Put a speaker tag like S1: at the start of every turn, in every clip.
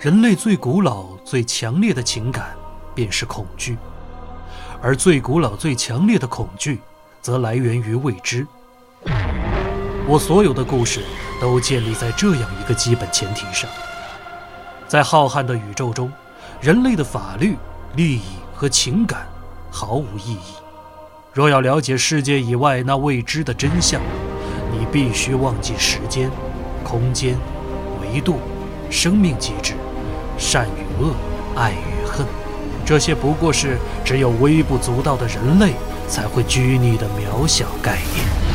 S1: 人类最古老、最强烈的情感便是恐惧，而最古老、最强烈的恐惧，则来源于未知。我所有的故事都建立在这样一个基本前提上：在浩瀚的宇宙中，人类的法律、利益和情感毫无意义。若要了解世界以外那未知的真相，你必须忘记时间、空间、维度、生命机制、善与恶、爱与恨，这些不过是只有微不足道的人类才会拘泥的渺小概念。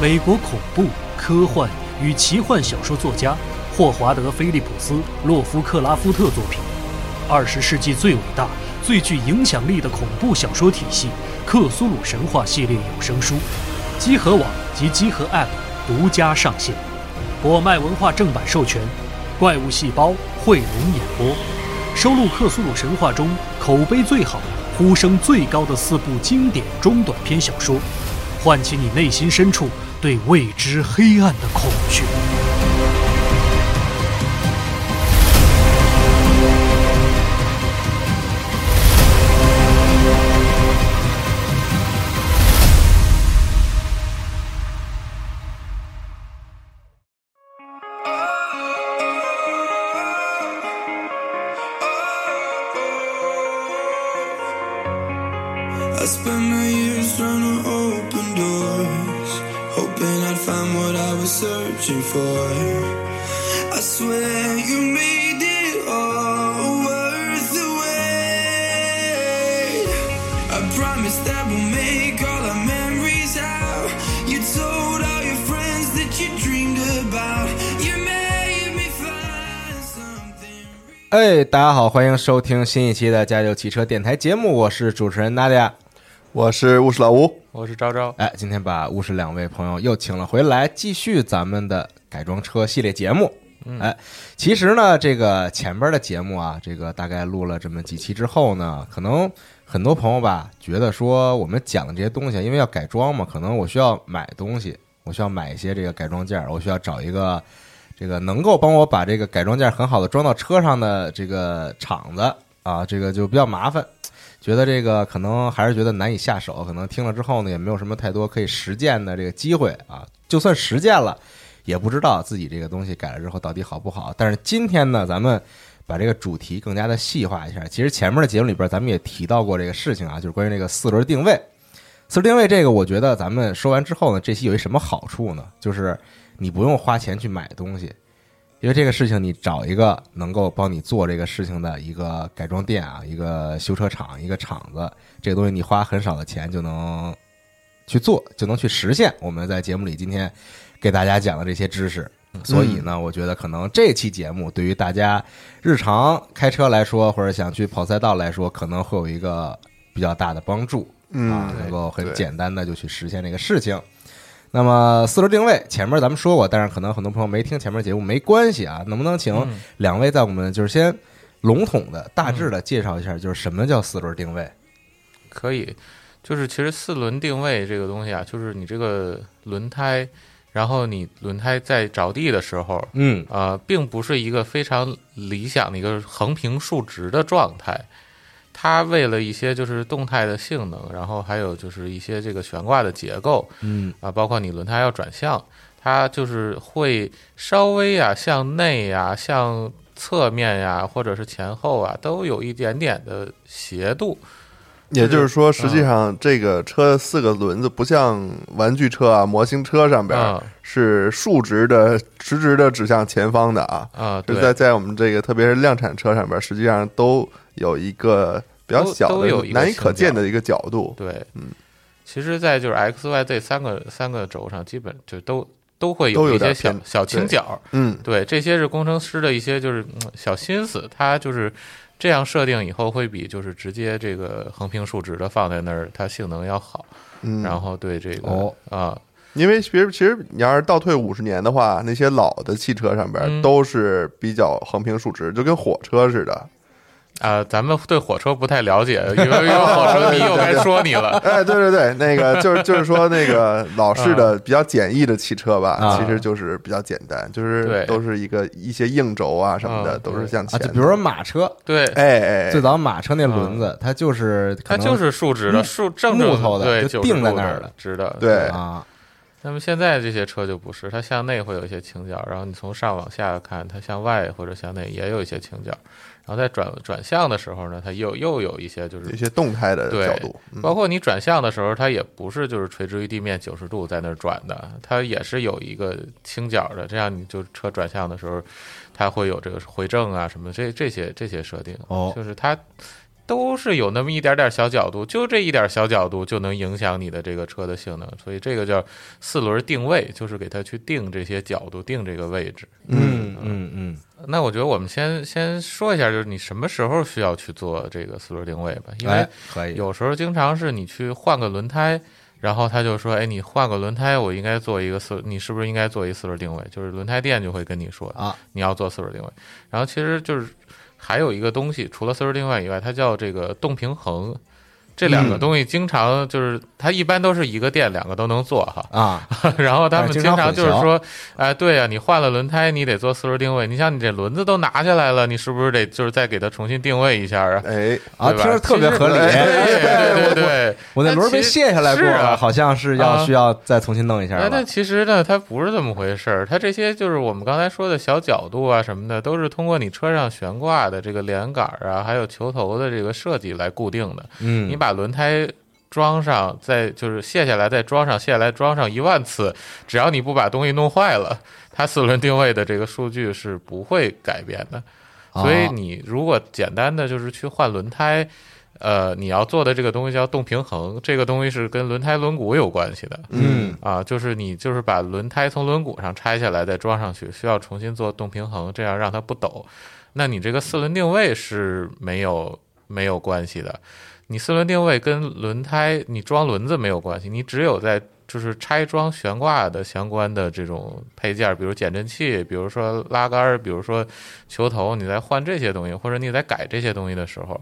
S1: 美国恐怖、科幻与奇幻小说作家霍华德·菲利普斯·洛夫克拉夫特作品。二十世纪最伟大、最具影响力的恐怖小说体系《克苏鲁神话》系列有声书，集合网及集合 App 独家上线，果麦文化正版授权，怪物细胞汇龙演播，收录《克苏鲁神话》中口碑最好、呼声最高的四部经典中短篇小说，唤起你内心深处对未知黑暗的恐惧。
S2: I spent my years trying to open doors, hoping I'd find what I was searching for. I swear you made it all worth the wait. I promise that we'll make all our memories out. You told all your friends that you dreamed about. You made me find something.
S3: 哎，大家好，欢迎收听新一期的《家就汽车电台》节目，我是主持人娜迪亚。
S4: 我是务实老吴，
S5: 我是昭昭，
S3: 哎，今天把务实两位朋友又请了回来，继续咱们的改装车系列节目。哎，其实呢，这个前边的节目啊，这个大概录了这么几期之后呢，可能很多朋友吧，觉得说我们讲的这些东西，因为要改装嘛，可能我需要买东西，我需要买一些这个改装件儿，我需要找一个这个能够帮我把这个改装件儿很好的装到车上的这个厂子啊，这个就比较麻烦。觉得这个可能还是觉得难以下手，可能听了之后呢，也没有什么太多可以实践的这个机会啊。就算实践了，也不知道自己这个东西改了之后到底好不好。但是今天呢，咱们把这个主题更加的细化一下。其实前面的节目里边，咱们也提到过这个事情啊，就是关于这个四轮定位。四轮定位这个，我觉得咱们说完之后呢，这期有一什么好处呢？就是你不用花钱去买东西，因为这个事情，你找一个能够帮你做这个事情的一个改装店啊，一个修车厂，一个厂子，这个东西你花很少的钱就能去做，就能去实现。我们在节目里今天给大家讲的这些知识，所以呢，我觉得可能这期节目对于大家日常开车来说，或者想去跑赛道来说，可能会有一个比较大的帮助。
S4: 嗯
S5: 嗯
S3: 啊，能够很
S4: 对
S3: 简单的就去实现这个事情。那么四轮定位前面咱们说过，但是可能很多朋友没听前面节目，没关系啊，能不能请
S5: 嗯
S3: 两位在我们就是先笼统的、大致的介绍一下，就是什么叫四轮定位？
S5: 可以。就是其实四轮定位这个东西啊，就是你这个轮胎，然后你轮胎在着地的时候，
S3: 嗯
S5: 呃，并不是一个非常理想的一个横平竖直的状态。它为了一些就是动态的性能，然后还有就是一些这个悬挂的结构，
S3: 嗯
S5: 啊，包括你轮胎要转向，它就是会稍微啊向内啊、向侧面呀、或者是前后啊，都有一点点的斜度。
S4: 也就是说，实际
S5: 嗯
S4: 上这个车四个轮子不像玩具车啊、模型车上边
S5: 嗯
S4: 儿是竖直的、直直的指向前方的啊，
S5: 啊，
S4: 就
S5: 对，
S4: 是在在我们这个特别是量产车上边儿，实际上都有一个比较
S5: 都
S4: 小
S5: 都
S4: 的
S5: 有一、个
S4: 难以可
S5: 倾
S4: 见
S5: 角
S4: 的一个角度。
S5: 对，
S4: 嗯，
S5: 其实，在就是 X、Y、Z 三个三个轴上，基本就都都会
S4: 都有
S5: 一些
S4: 点
S5: 小
S4: 偏
S5: 小倾
S4: 对
S5: 角。
S4: 嗯，
S5: 对，这些是工程师的一些就是嗯小心思，他就是这样设定以后会比就是直接这个横平竖直的放在那儿，它性能要好。
S4: 嗯
S5: 然后对这个啊、
S3: 哦
S4: 因为其实其实你要是倒退五十年的话，那些老的汽车上边
S5: 嗯
S4: 儿都是比较横平竖直，就跟火车似的。
S5: 啊，咱们对火车不太了解，因为因为火车迷又该说你了。
S4: 哎，对对对，那个就是就是说那个老式的
S5: 嗯
S4: 比较简易的汽车吧，其实就是比较简单，就是
S5: 啊对
S4: 都是一个一些硬轴啊什么的，
S5: 嗯
S4: 都是向
S3: 啊，
S4: 前的。
S3: 就比如说马车，
S5: 对，
S4: 哎，哎哎，
S3: 最早马车那轮子，它就是可
S5: 嗯它
S3: 能
S5: 就是竖直的，竖正
S3: 木
S5: 着
S3: 头的
S5: 对，
S3: 就
S5: 90
S3: 钉在
S5: 度
S3: 那儿
S5: 的
S3: 的，
S5: 直的。
S4: 对
S3: 啊，
S5: 哎那么现在这些车就不是，它向内会有一些倾角，然后你从上往下看，它向外或者向内也有一些倾角，然后在转转向的时候呢，它又又有一些就是
S4: 一些动态的
S5: 对
S4: 角度，嗯
S5: 包括你转向的时候，它也不是就是垂直于地面九十度在那儿转的，它也是有一个倾角的，这样你就车转向的时候，它会有这个回正啊什么这这些这些设定，
S3: 哦
S5: 就是它都是有那么一点点小角度，就这一点小角度就能影响你的这个车的性能，所以这个叫四轮定位，就是给它去定这些角度，定这个位置。
S3: 嗯嗯嗯，
S5: 那我觉得我们先先说一下，就是你什么时候需要去做这个四轮定位吧，因为
S3: 哎可以，
S5: 有时候经常是你去换个轮胎，然后他就说：“哎，你换个轮胎，我应该做一个四，你是不是应该做一四轮定位？”就是轮胎店就会跟你说
S3: 啊，
S5: 你要做四轮定位。然后其实就是还有一个东西，除了四轮定位以外，它叫这个动平衡。这两个东西经常就是，它一般都是一个店两个都能做哈，
S3: 啊，
S5: 然后他们经常
S3: 但
S5: 就是
S3: 是经常
S5: 说，哎，对呀、你换了轮胎，你得做四轮定位。你像你这轮子都拿下来了，你是不是得就是再给它重新定位一下啊？
S4: 哎，
S3: 啊，
S5: 对吧
S3: 听着特别合理。
S5: 哎
S3: 哎
S5: 对对对对，
S3: 我那轮儿被卸下来过，
S5: 是啊
S3: 好像是要
S5: 啊
S3: 需要再重新弄一下
S5: 哎，
S3: 吧
S5: 但。其实呢，它不是这么回事儿。它这些就是我们刚才说的小角度啊什么的，都是通过你车上悬挂的这个连杆儿啊，还有球头的这个设计来固定的。你
S3: 嗯，
S5: 把轮胎装上，再就是卸下来再装上，卸下来装上一万次，只要你不把东西弄坏了，它四轮定位的这个数据是不会改变的。所以
S3: 啊
S5: 你如果简单的就是去换轮胎，呃，你要做的这个东西叫动平衡，这个东西是跟轮胎轮毂有关系的。
S3: 嗯
S5: 啊，就是你就是把轮胎从轮毂上拆下来再装上去，需要重新做动平衡，这样让它不抖。那你这个四轮定位是没有没有关系的，你四轮定位跟轮胎你装轮子没有关系，你只有在就是拆装悬挂的相关的这种配件，比如减震器，比如说拉杆儿，比如说球头，你在换这些东西或者你在改这些东西的时候，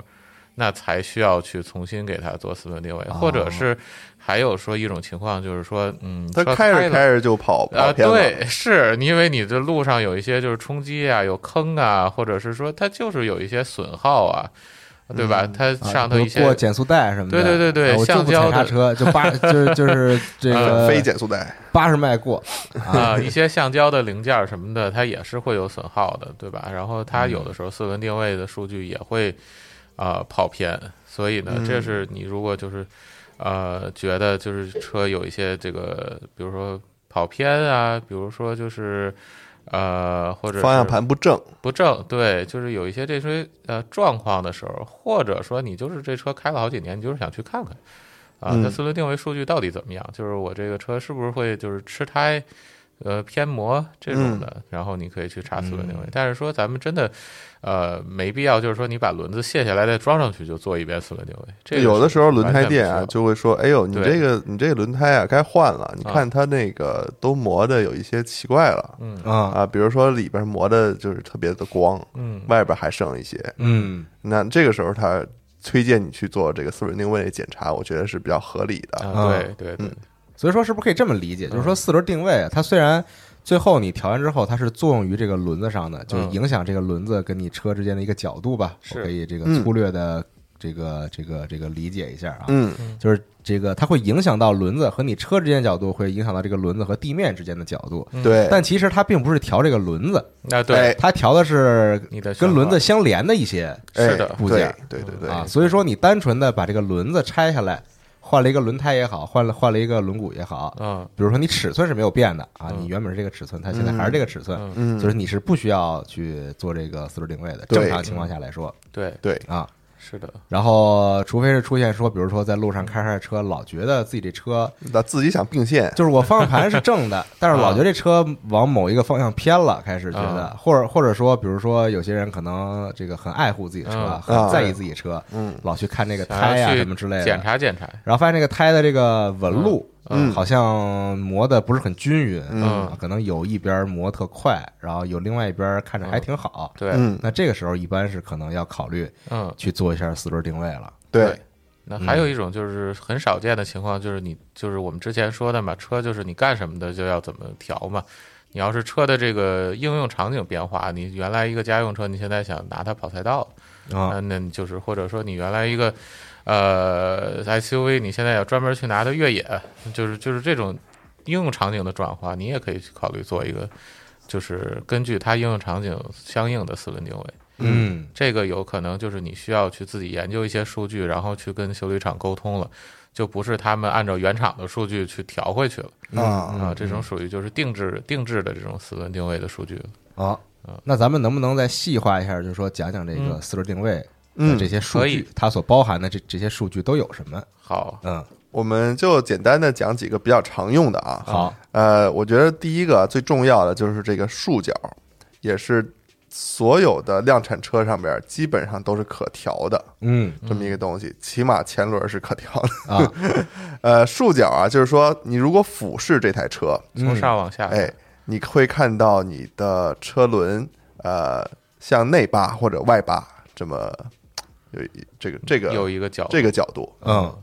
S5: 那才需要去重新给它做四轮定位，或者是还有说一种情况就是说，嗯，
S4: 它
S5: 车
S4: 开着
S5: 了
S4: 开着就跑
S5: 啊、
S4: 跑偏了，
S5: 对，是你因为你这路上有一些就是冲击啊，有坑啊，或者是说它就是有一些损耗啊，对吧？
S4: 嗯
S5: 它
S3: 啊
S5: 上头
S3: 比如
S5: 一些、
S3: 过减速带什么的，
S5: 对对对对
S3: 啊我就
S5: 橡
S3: 不
S5: 胶
S3: 踩刹
S5: 的
S3: 车，就八就是就是 这
S4: 就
S3: 个
S5: 呃
S4: 非减速带，
S3: 八十迈 过，
S5: 啊、一些橡胶的零件儿什么的，它也是会有损耗的，对吧？然后它
S4: 嗯
S5: 有的时候四轮定位的数据也会啊、呃跑偏，所以呢，
S4: 嗯
S5: 这是你如果就是呃觉得就是车有一些这个，比如说跑偏啊，比如说就是呃或者
S4: 方向
S5: 是
S4: 盘不正，
S5: 不正，对，就是有一些这些呃状况的时候，或者说你就是这车开了好几年，你就是想去看看啊，
S4: 嗯
S5: 它四轮定位数据到底怎么样？就是我这个车是不是会就是吃胎，呃偏磨这种
S4: 嗯
S5: 的，然后你可以去查四轮定位。但是说咱们真的呃没必要，就是说你把轮子卸下来再装上去就做一遍四轮定位。这个
S4: 有的
S5: 是
S4: 时候轮
S5: 完
S4: 胎
S5: 全不
S4: 店
S5: 需
S4: 啊
S5: 要
S4: 就会说：“哎呦，你
S5: 对
S4: 这个你这个轮胎啊该换了，你
S5: 啊
S4: 看它那个都磨的有一些奇怪了
S3: 啊，
S4: 啊，比如说里边磨的就是特别的光，
S5: 嗯
S4: 外边还剩一些。
S3: 嗯，
S4: 那这个时候他推荐你去做这个四轮定位的检查，我觉得是比较合理的。
S5: 啊，对对
S4: 嗯
S5: 对，
S3: 所以说是不是可以这么理解，就是说四轮定位，啊它虽然最后你调完之后，它是作用于这个轮子上的，就是
S4: 嗯
S3: 影响这个轮子跟你车之间的一个角度吧，我
S5: 是
S3: 可以这个
S4: 嗯
S3: 粗略的这个这个这个理解一下啊，
S4: 嗯，
S3: 就是这个它会影响到轮子和你车之间的角度，会影响到这个轮子和地面之间的角度，
S4: 对，
S3: 但其实它并不是调这个轮子，
S5: 那对
S4: 哎
S3: 它调的是
S5: 你的
S3: 跟
S5: 想
S3: 轮
S5: 法
S3: 子相连的一些
S4: 哎
S5: 是的
S3: 部件，
S4: 对对对
S3: 啊，
S4: 对，
S3: 所以说你单纯的把这个轮子拆下来，换了一个轮胎也好，换了换了一个轮毂也好，
S5: 嗯
S3: 比如说你尺寸是没有变的啊，你原本是这个尺寸，它现在还是这个尺寸，
S4: 嗯
S3: 就是你是不需要去做这个四轮定位的，
S4: 对
S3: 正常情况下来说
S5: 对
S4: 对，
S3: 啊。
S5: 是的，
S3: 然后，除非是出现说，比如说在路上开着车，老觉得自己这车
S4: 那自己想并 线，
S3: 就是我方向盘是正 的，但是老觉得这车往某一个方向偏了，开始觉
S5: 啊
S3: 得，或者或者说，比如说有些人可能这个很爱护自己车，
S5: 嗯
S3: 很在意自己车，
S4: 嗯
S3: 老去看这个
S5: 想
S3: 胎
S5: 要
S3: 啊
S5: 去
S3: 什么之类的，
S5: 检查检查，
S3: 然后发现这个胎的这个纹路
S4: 嗯
S3: 好像磨的不是很均匀，
S5: 嗯
S3: 可能有一边磨特快，然后有另外一边看着还挺好。
S5: 对，
S4: 嗯，
S3: 那这个时候一般是可能要考虑
S5: 嗯，
S3: 去做一下四轮定位了。
S4: 对，。
S5: 那还有一种就是很少见的情况，就是你就是我们之前说的嘛，车就是你干什么的就要怎么调嘛。你要是车的这个应用场景变化，你原来一个家用车，你现在想拿它跑赛道，
S3: 啊
S5: 那那你就是或者说你原来一个呃 SUV，你现在要专门去拿它越野，就是就是这种应用场景的转化，你也可以去考虑做一个，就是根据它应用场景相应的四轮定位。
S3: 嗯
S5: 这个有可能就是你需要去自己研究一些数据，然后去跟修理厂沟通了，就不是他们按照原厂的数据去调回去
S4: 啊
S5: 了啊。这种属于就是定制定制的这种四轮定位的数据了。
S3: 好，啊那咱们能不能再细化一下，就是说讲讲这个
S5: 嗯
S3: 四轮定位的
S4: 嗯
S3: 这，些数
S5: 可
S3: 据
S5: 以，
S3: 它所包含的这这些数据都有什么？
S5: 好，
S3: 嗯，
S4: 我们就简单的讲几个比较常用的啊。
S3: 好，
S4: 呃，我觉得第一个最重要的就是这个束角，也是所有的量产车上边基本上都是可调的
S3: 嗯
S4: 这么一个东西，起码前轮是可调的。
S3: 啊，
S4: 呃，束角啊，就是说你如果俯视这台车，
S5: 从上往下，
S4: 哎，你会看到你的车轮呃向内八或者外八这么有一这个这个
S5: 有一个角度
S4: 这个角度，
S3: 嗯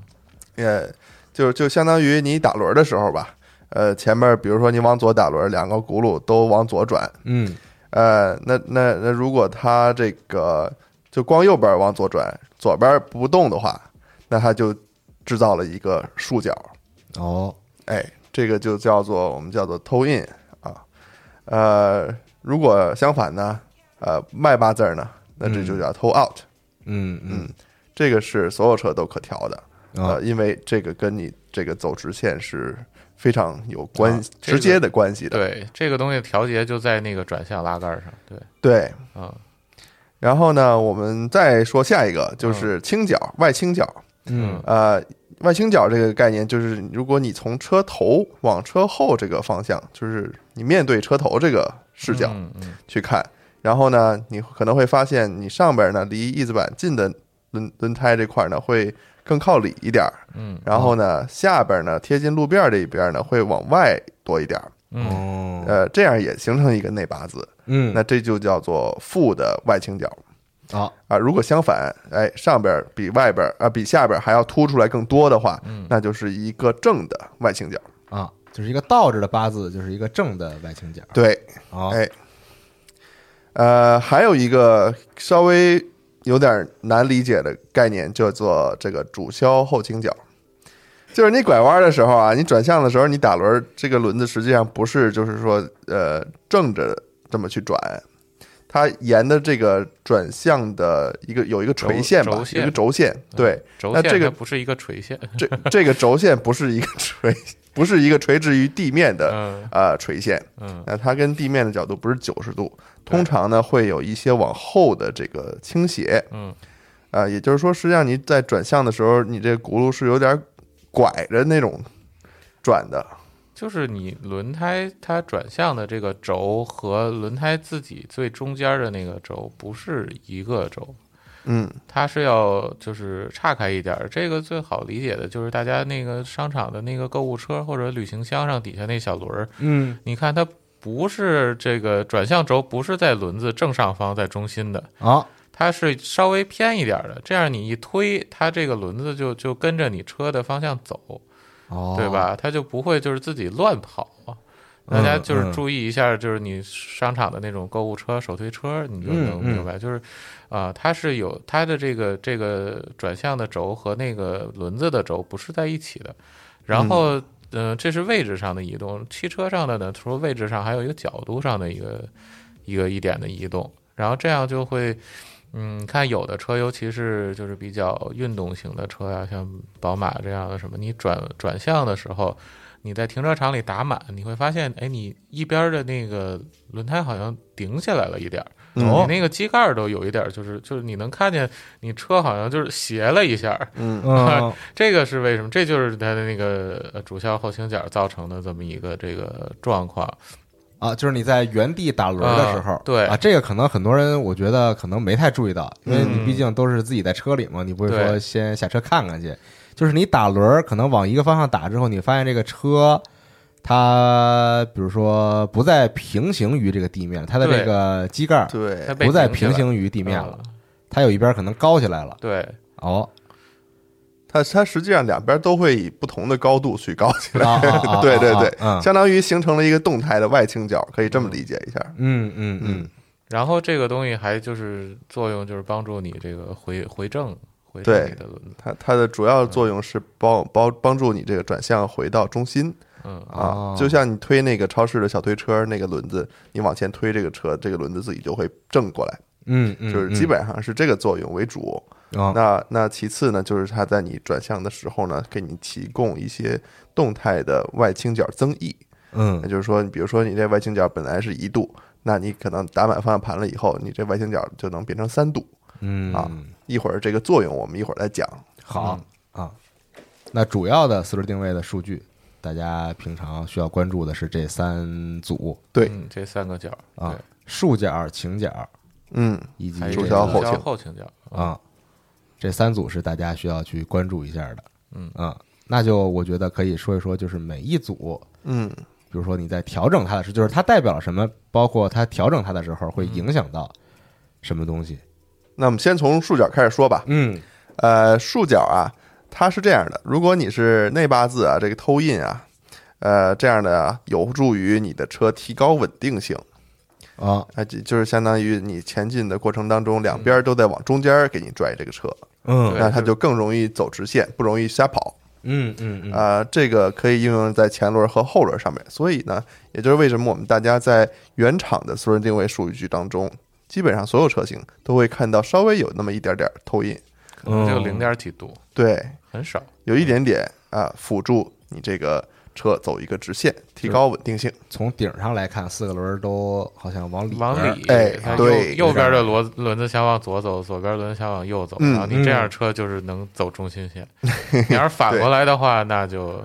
S4: 呃，就就相当于你打轮的时候吧，呃，前面比如说你往左打轮，两个轱辘都往左转，
S3: 嗯
S4: 呃，那那那如果它这个就光右边往左转，左边不动的话，那它就制造了一个束角，
S3: 哦
S4: 哎，这个就叫做我们叫做偷印啊，呃，如果相反呢，呃，迈八字儿呢，那这就叫偷 out，、
S3: 嗯嗯
S4: 这个是所有车都可调的。
S3: 啊
S4: 呃，因为这个跟你这个走直线是非常有关、
S5: 啊这个
S4: 直接的关系的。
S5: 对这个东西调节就在那个转向拉杆上，对，
S4: 对，
S5: 啊，
S4: 然后呢，我们再说下一个，
S5: 嗯
S4: 就是倾角、外倾角。
S3: 嗯
S4: 呃，外倾角这个概念就是，如果你从车头往车后这个方向，就是你面对车头这个视角
S5: 嗯嗯
S4: 去看，然后呢，你可能会发现你上边呢离翼子板近的轮轮胎这块呢会更靠里一点儿，
S5: 嗯
S4: 然后呢，下边呢贴近路边儿这一边儿呢会往外多一点儿，
S5: 嗯
S3: 哦
S4: 呃，这样也形成一个内八字，
S3: 嗯
S4: 那这就叫做负的外倾角
S3: 好
S4: 啊。如果相反，哎，上边儿比外边儿啊比下边儿还要凸出来更多的话，那就是一个正的外倾角。
S3: 啊，就是一个倒着的八字，就是一个正的外倾角
S4: 对，
S3: 啊
S4: 哎，呃，还有一个稍微有点难理解的概念，叫做这个主销后倾角。就是你拐弯的时候啊，你转向的时候，你打轮儿，这个轮子实际上不是就是说呃正着这么去转，它沿的这个转向的一个有一个垂
S5: 轴
S4: 线吧，
S5: 轴线嗯
S4: 有一个轴线， 对，
S5: 轴
S4: 哎那
S5: 线
S4: 这个
S5: 它不是一个垂线，
S4: 这这个轴线不是一个垂，不是一个垂直于地面的
S5: 嗯
S4: 呃垂线，
S5: 嗯，
S4: 那它跟地面的角度不是九十度，通
S5: 对
S4: 常呢会有一些往后的这个倾斜，
S5: 嗯，
S4: 啊，也就是说，实际上你在转向的时候，你这轱辘是有点拐着那种转的，
S5: 就是你轮胎它转向的这个轴和轮胎自己最中间的那个轴不是一个轴，
S4: 嗯
S5: 它是要就是岔开一点儿。这个最好理解的就是大家那个商场的那个购物车或者旅行箱上底下那小轮儿，
S3: 嗯
S5: 你看它不是这个转向轴不是在轮子正上方在中心的，
S3: 啊
S5: 它是稍微偏一点儿的，这样你一推，它这个轮子就就跟着你车的方向走。
S3: 哦
S5: 对？吧？它就不会就是自己乱跑。啊大家就
S3: 嗯
S5: 是注意一下，就是你商场的那种购物车、手推车，你就
S3: 嗯
S5: 能
S3: 嗯
S5: 明白，就是，啊、它是有它的这个这个转向的轴和那个轮子的轴不是在一起的，然后，嗯、这是位置上的移动，汽车上的呢，除了位置上，还有一个角度上的一个一个一点的移动，然后这样就会，嗯，看有的车，尤其是就是比较运动型的车呀、啊像宝马这样的什么，你转转向的时候，你在停车场里打满，你会发现，哎，你一边的那个轮胎好像顶起来了一点儿，
S4: 哦
S5: 你那个机盖儿都有一点儿，就是就是你能看见你车好像就是斜了一下儿，
S4: 嗯
S3: 嗯
S5: 这个是为什么？这就是它的那个呃主销后倾角造成的这么一个这个状况。
S3: 啊，就是你在原地打轮的时候
S5: 啊，对
S3: 啊，这个可能很多人我觉得可能没太注意到，因为你
S5: 嗯
S3: 毕竟都是自己在车里嘛，你不会说
S5: 对
S3: 先下车看看去，就是你打轮儿，可能往一个方向打之后，你发现这个车，它比如说不再平行于这个地面了，它的
S5: 对
S3: 这个机盖儿
S4: 对
S5: 它，被
S3: 不再
S5: 顶起
S3: 平
S5: 来
S3: 行于地面了
S5: 嗯，
S3: 它有一边可能高起来了。
S5: 对，
S3: 哦，
S4: 它它实际上两边都会以不同的高度去高起来，
S3: 啊啊啊
S4: 对对对，
S5: 嗯
S3: 啊啊
S4: 相当于形成了一个动态的外倾角，可以这么理解一下。
S3: 嗯嗯嗯，
S5: 然后这个东西还就是作用，就是帮助你这个回回正回正
S4: 对
S5: 你的轮子。
S4: 它它的主要作用是帮帮帮助你这个转向回到中心
S5: 嗯，
S4: 啊
S3: 哦，
S4: 就像你推那个超市的小推车那个轮子，你往前推这个车，这个轮子自己就会正过来，
S3: 嗯嗯，
S4: 就是基本上是这个作用为主。
S3: 啊，哦
S4: 那那其次呢，就是它在你转向的时候呢，给你提供一些动态的外倾角增益。那
S3: 嗯
S4: 就是说，你比如说你这外倾角本来是一度，那你可能打满方向盘了以后，你这外倾角就能变成三度。
S3: 嗯
S4: 啊一会儿这个作用我们一会儿再讲。
S3: 好啊，那主要的四轮定位的数据，大家平常需要关注的是这三组
S4: 对
S5: 嗯，这三个角儿
S3: 啊，竖角、倾角
S4: 嗯，
S3: 以及
S5: 对，还
S3: 这
S5: 有
S4: 主
S5: 一
S3: 个
S4: 条
S5: 个
S4: 后倾
S5: 后倾角儿。
S3: 啊，这三组是大家需要去关注一下的。
S5: 嗯
S3: 啊，那就我觉得可以说一说，就是每一组，
S4: 嗯，
S3: 比如说你在调整它的时候，就是它代表了什么，包括它调整它的时候会
S5: 嗯
S3: 影响到什么东西。
S4: 那我们先从竖角开始说吧。
S3: 嗯
S4: 呃，竖角啊，它是这样的，如果你是内八字啊，这个偷印啊，呃，这样的啊有助于你的车提高稳定性。
S3: 啊
S4: 啊，就就是相当于你前进的过程当中，两边都在往中间给你拽这个车，
S3: 嗯
S5: 对
S4: 那它
S5: 就
S4: 就更容易走直线，不容易瞎跑。
S3: 嗯嗯嗯
S4: 啊、这个可以应用在前轮和后轮上面。所以呢，也就是为什么我们大家在原厂的四轮定位数据集当中，基本上所有车型都会看到稍微有那么一点点偷印，
S5: 可能就
S3: 嗯
S5: 零点几度，
S4: 对，
S5: 很少。
S4: 有一点点啊、辅助你这个车走一个直线，提高稳定性。
S3: 从顶上来看，四个轮儿都好像往里
S5: 往
S3: 边儿
S5: 里，
S4: 哎
S5: 它右
S4: 对
S5: 右边的轮轮子想往左走，左边轮子想往右走，
S4: 嗯
S5: 然后你这样车就是能走中心线。你要是反过来的话，那就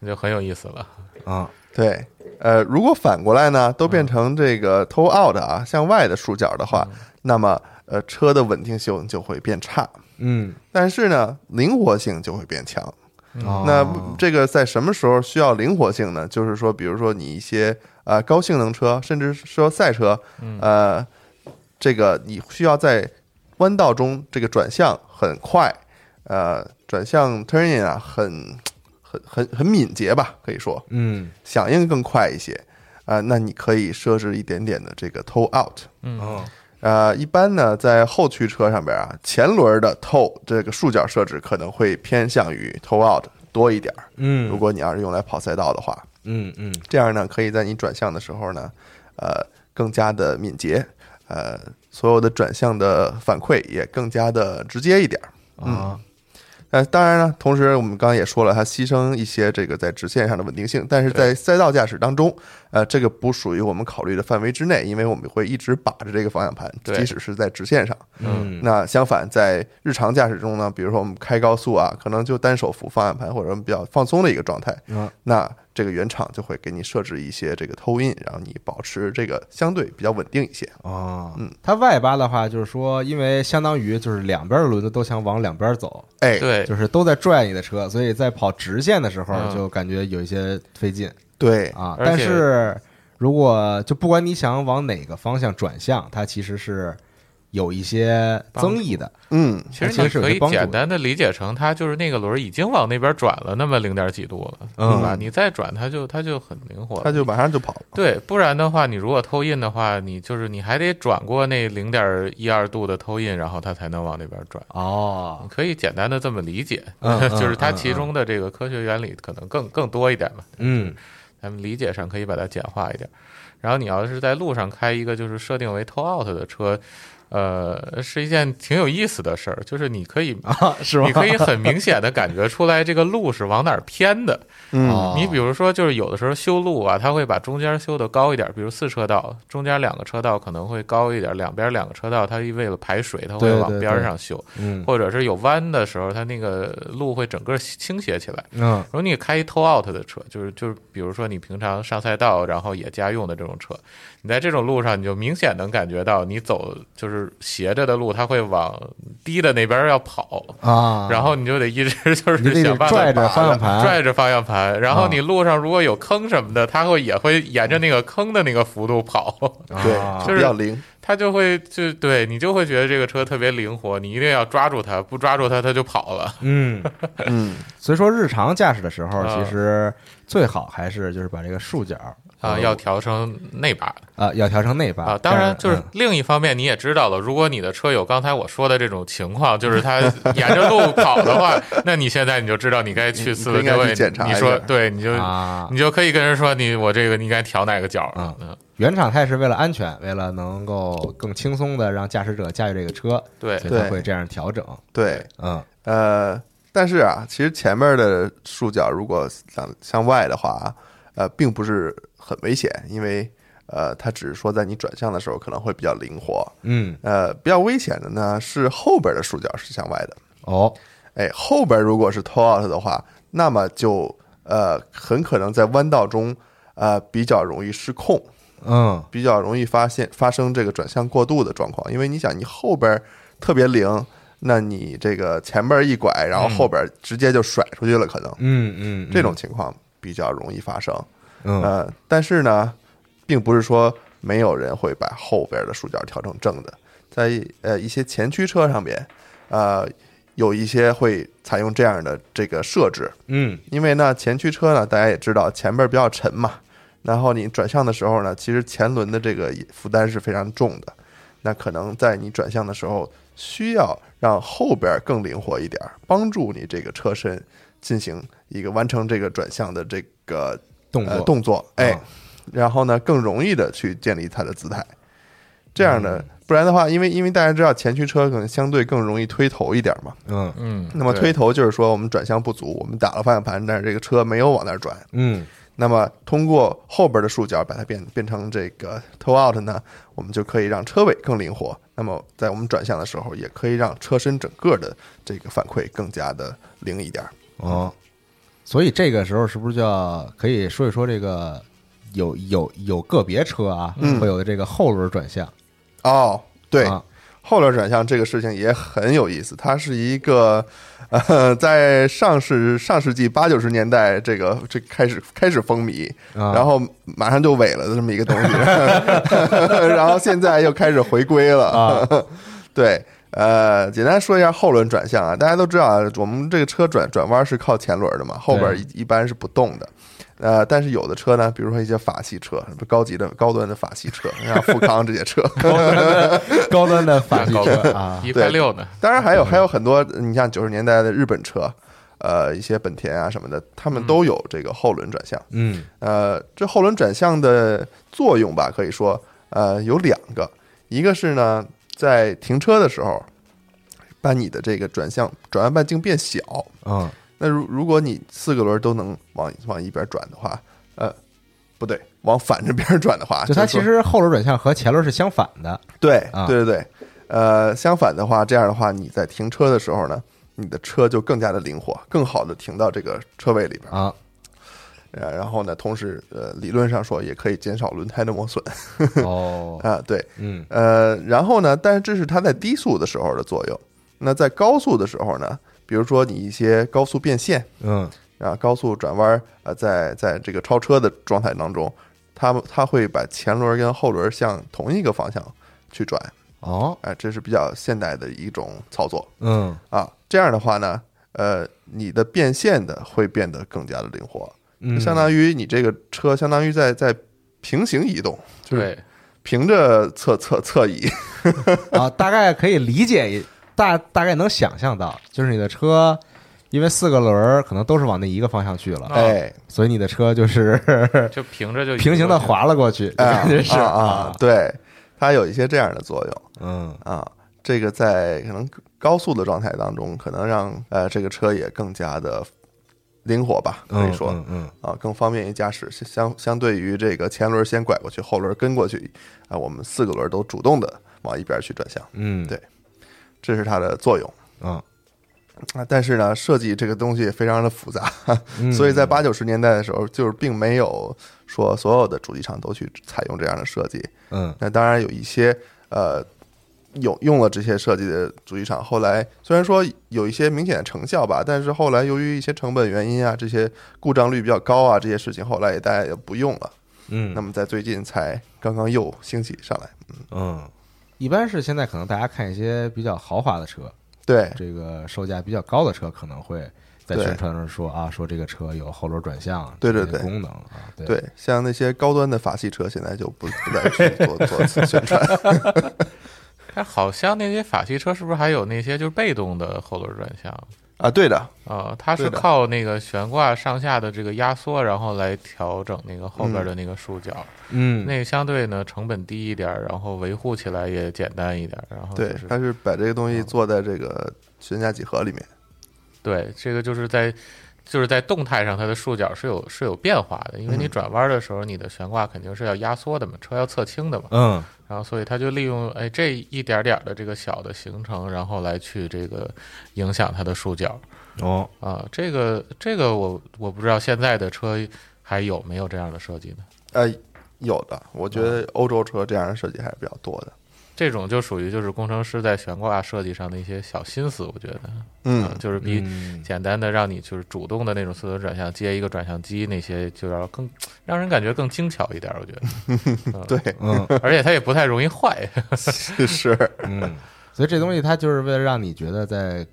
S5: 那就很有意思了。
S3: 啊，
S4: 对，呃，如果反过来呢，都变成这个 toe out 啊，向外的竖角的话，那么呃，车的稳定性就会变差，
S3: 嗯，
S4: 但是呢，灵活性就会变强。
S3: 哦
S4: 那这个在什么时候需要灵活性呢？就是说，比如说你一些呃高性能车，甚至是说赛车，呃，这个你需要在弯道中这个转向很快，呃，转向 turn in 啊，很很很很敏捷吧，可以说
S3: 嗯
S4: 响应更快一些。啊、那你可以设置一点点的这个 toe out。
S3: 哦
S4: 呃，一般呢，在后驱车上边啊，前轮的 toe 这个束角设置可能会偏向于 toe out 多一点儿。
S3: 嗯，
S4: 如果你要是用来跑赛道的话，
S3: 嗯嗯
S4: 这样呢，可以在你转向的时候呢，呃，更加的敏捷，呃，所有的转向的反馈也更加的直接一点儿。
S3: 啊
S4: 呃，当然了，同时我们刚刚也说了，它牺牲一些这个在直线上的稳定性，但是在赛道驾驶当中，呃，这个不属于我们考虑的范围之内，因为我们会一直把着这个方向盘，
S5: 对
S4: 即使是在直线上。
S3: 嗯
S4: 那相反，在日常驾驶中呢，比如说我们开高速啊，可能就单手扶方向盘或者我们比较放松的一个状态，
S3: 嗯
S4: 那这个原厂就会给你设置一些这个偷音，然后你保持这个相对比较稳定一些。
S3: 哦
S4: 嗯，
S3: 它外八的话，就是说，因为相当于就是两边的轮子都想往两边走，
S4: 哎，
S5: 对
S3: 就是都在拽你的车，所以在跑直线的时候
S5: 嗯
S3: 就感觉有一些费劲
S4: 对
S3: 啊。
S5: 而且
S3: 但是如果就不管你想往哪个方向转向，它其实是有一些增益的。
S4: 嗯，
S5: 其
S3: 其
S5: 实
S3: 实
S5: 你
S3: 是有
S5: 可
S3: 些
S5: 以
S3: 帮助
S5: 简
S3: 的
S5: 单的理解成，它就是那个轮儿已经往那边转了那么零点几度了，
S3: 嗯
S5: 对吧？你再转，它就它就很灵活了。
S4: 他就马上就跑了。
S5: 对，不然的话，你如果偷印的话，你就是你还得转过那零点一二度的偷印，然后它才能往那边转。
S3: 哦，
S5: 可以简单的这么理解，
S3: 嗯嗯
S5: 就是它
S3: 嗯
S5: 其中的这个科学原理可能更更多一点嘛，
S3: 嗯
S5: 咱们理解上可以把它简化一点。然后你要是在路上开一个就是设定为 tow out 的车，呃，是一件挺有意思的事儿，就是你可以。
S3: 啊，是吗？
S5: 你可以很明显的感觉出来这个路是往哪儿偏的。
S4: 嗯
S3: 哦
S5: 你比如说，就是有的时候修路啊，它会把中间修的高一点，比如四车道，中间两个车道可能会高一点，两边两个车道，它为了排水，它会
S3: 对
S5: 往
S3: 对
S5: 边
S3: 对
S5: 上修，
S3: 嗯
S5: 或者是有弯的时候，它那个路会整个倾斜起来。
S3: 嗯
S5: 如果你开一 tow out 的车，就是就是，比如说你平常上赛道，然后也家用的这种车，你在这种路上，你就明显能感觉到，你走就是就是斜着的路，它会往低的那边要跑，
S3: 啊，
S5: 然后你就得一直就
S3: 你
S5: 是
S3: 得
S5: 想办
S3: 拽
S5: 法
S3: 着方向盘，
S5: 拽着方向盘，然后
S3: 啊
S5: 你路上如果有坑什么的，它会也会沿着那个坑的那个幅度跑，
S4: 对，
S3: 啊
S4: 就比较灵。
S5: 它就会就对你就会觉得这个车特别灵活，你一定要抓住它，不抓住它它就跑了。
S3: 嗯，
S4: 嗯，
S3: 所以说日常驾驶的时候，
S5: 啊
S3: 其实最好还是就是把这个束角
S5: 啊，
S3: 呃
S5: 要调成内把
S3: 啊要调成内八
S5: 啊！当然，
S3: 这
S5: 就是
S3: 样
S5: 另一方面，你也知道了，如果你的车有刚才我说的这种情况，就 是它沿着路跑的话，那你现在你就知道你该去四轮
S4: 应该
S5: 定
S4: 去
S5: 位
S4: 检查，
S5: 你
S4: 一
S5: 说
S4: 下
S5: 对，你就
S3: 嗯啊，
S5: 你就可以跟人说你我这个你应该调哪个角儿
S3: 啊
S5: 嗯，
S3: 原厂它也是为了安全，为了能够更轻松的让驾驶者驾驭这个车，
S5: 对
S3: 所以
S4: 对
S3: 它会这样调整。
S4: 对，
S3: 嗯
S4: 呃，但是啊，其实前面的束角如果向向外的话，呃，并不是很危险，因为呃，它只是说在你转向的时候可能会比较灵活。
S3: 嗯，
S4: 呃，比较危险的呢是后边的束角是向外的，
S3: 哦，
S4: 哎，后边如果是 t o out 的话，那么就呃很可能在弯道中呃比较容易失控，
S3: 嗯
S4: 比较容易发现发生这个转向过度的状况，因为你想你后边特别灵，那你这个前边一拐，然后后边直接就甩出去了，可能、
S3: 嗯嗯，
S4: 这种情况比较容易发生。
S3: 嗯
S4: 呃，但是呢，并不是说没有人会把后边的束角调成正的，在呃一些前驱车上边，呃，有一些会采用这样的这个设置，
S3: 嗯
S4: 因为呢前驱车呢大家也知道前边比较沉嘛，然后你转向的时候呢，其实前轮的这个负担是非常重的，那可能在你转向的时候需要让后边更灵活一点儿，帮助你这个车身进行一个完成这个转向的这个
S3: 动
S4: 呃
S3: 作
S4: 动作，哎
S3: 啊，
S4: 然后呢更容易的去建立它的姿态。这样
S3: 嗯
S4: 呢，不然的话，因为因为大家知道前驱车可能相对更容易推头一点嘛。
S3: 嗯
S5: 嗯，
S4: 那么
S5: 对
S4: 推头就是说我们转向不足，我们打了方向盘，但是这个车没有往那儿转。
S3: 嗯
S4: 那么通过后边的束角把它变变成这个 toe out 呢，我们就可以让车尾更灵活。那么在我们转向的时候，也可以让车身整个的这个反馈更加的灵一点儿。
S3: 哦，所以这个时候是不是就要可以说一说这个有有有个别车啊
S4: 嗯
S3: 会有的这个后轮转向？
S4: 哦，对，
S3: 啊
S4: 后轮转向这个事情也很有意思，它是一个 呃，在上世上世纪八九十年代这个这开始开始风靡，
S3: 啊
S4: 然后马上就萎了的这么一个东 西， 然后现在又开始回归了。
S3: 啊
S4: 对，呃，简单说一下后轮转向啊，大家都知道啊，我们这个车转转弯是靠前轮的嘛，后边
S3: 对
S4: 一一般是不动的。呃，但是有的车呢，比如说一些法系车，什么高级的高端的法系车，像富康这些车，
S3: 高端的法
S5: 大
S3: 系
S5: 高
S3: 车
S5: 端
S3: 啊，
S5: 一块六呢，
S4: 当然
S3: 嗯
S4: 还有还有很多，你像九十年代的日本车，呃，一些本田啊什么的，他们都有这个后轮转向。
S3: 嗯
S4: 呃，这后轮转向的作用吧，可以说呃有两个，一个是呢，在停车的时候，把你的这个转向转弯半径变小。
S3: 嗯
S4: 那如如果你四个轮都能往往一边转的话，呃，不对，往反着边儿转的话，
S3: 就它
S4: 是说
S3: 其实后轮转向和前轮是相反的
S4: 对
S3: 啊
S4: 对对对，呃，相反的话，这样的话，你在停车的时候呢，你的车就更加的灵活，更好的停到这个车位里边儿。
S3: 啊，
S4: 呃，然后呢，同时呃，理论上说也可以减少轮胎的磨损
S3: 哦，
S4: 啊。对，
S3: 嗯
S4: 呃，然后呢，但是这是它在低速的时候的作用。那在高速的时候呢，比如说你一些高速变线
S3: 嗯
S4: 啊、高速转弯儿啊，在在这个超车的状态当中，它们它会把前轮跟后轮向同一个方向去转。
S3: 哦
S4: 哎，这是比较现代的一种操作
S3: 嗯
S4: 啊。这样的话呢，呃，你的变线的会变得更加的灵活，
S3: 嗯，
S4: 就相当于你这个车相当于在在平行移动，
S5: 对，
S4: 平着侧侧侧移，
S3: 啊，大概可以理解，大大概能想象到，就是你的车，因为四个轮儿可能都是往那一个方向去了，
S5: 啊
S4: 哎，
S3: 所以你的车就是
S5: 就平着就
S3: 平行的
S5: 滑。
S3: 滑了过去，
S4: 哎
S3: 感觉是
S4: 啊啊，，对，它有一些这样的作用
S3: 嗯
S4: 啊。这个在可能高速的状态当中，可能让呃这个车也更加的灵活吧，可以
S3: 嗯
S4: 说，
S3: 嗯嗯
S4: 啊，更方便于驾驶。相相相对于这个前轮先拐过去，后轮跟过去，啊，我们四个轮都主动的往一边去转向，
S3: 嗯，
S4: 对这是它的作用。
S3: 嗯
S4: 啊，但是呢，设计这个东西非常的复杂，
S3: 嗯
S4: 所以在八九十年代的时候，就是并没有说所有的主机厂都去采用这样的设计。
S3: 嗯
S4: 那当然有一些呃有用了这些设计的主机厂，后来虽然说有一些明显的成效吧，但是后来由于一些成本原因啊，这些故障率比较高啊，这些事情后来也大家也不用了。
S3: 嗯
S4: 那么在最近才刚刚又兴起上来。
S3: 嗯，一般是现在可能大家看一些比较豪华的车，
S4: 对，
S3: 这个售价比较高的车可能会在
S4: 对
S3: 宣传上说啊，说这个车有后轮转向
S4: 对对
S3: 这些
S4: 对
S3: 功能啊，对
S4: 对，像那些高端的法系车，现在就不不再去做做此宣传。
S5: 但哎好像那些法系车是不是还有那些就是被动的后轮转向？
S4: 啊，对的，
S5: 啊，它是
S4: 对的
S5: 靠那个悬挂上下的这个压缩，然后来调整那个后边的那个束角。
S3: 嗯，
S5: 那个相对呢成本低一点儿，然后维护起来也简单一点儿。然后就
S4: 对
S5: 哦是，
S4: 它是把这个东西做在这个悬架几何里面。
S5: 对，这个就是在就是在动态上，它的束角是有是有变化的，因为你
S4: 嗯
S5: 转弯的时候，你的悬挂肯定是要压缩的嘛，车要侧倾的嘛，
S3: 嗯
S5: 然后所以它就利用哎这一点点儿的这个小的行程，然后来去这个影响它的束角
S3: 哦，
S5: 啊，这个这个我我不知道现在的车还有没有这样的设计呢？
S4: 呃，有的，我觉得欧洲车这样的设计还是比较多的。
S5: 这种就属于就是工程师在悬挂设计上的一些小心思，我觉得，啊
S4: 嗯，
S5: 就是比
S3: 嗯
S5: 简单的让你就是主动的那种四轮转向接一个转向机那些，就要更让人感觉更精巧一点，我 觉得。嗯、
S4: 对，
S3: 嗯
S5: 而且它也不太容 易坏。
S4: 是，
S3: 嗯， 所以这东西它就是为了让你觉得在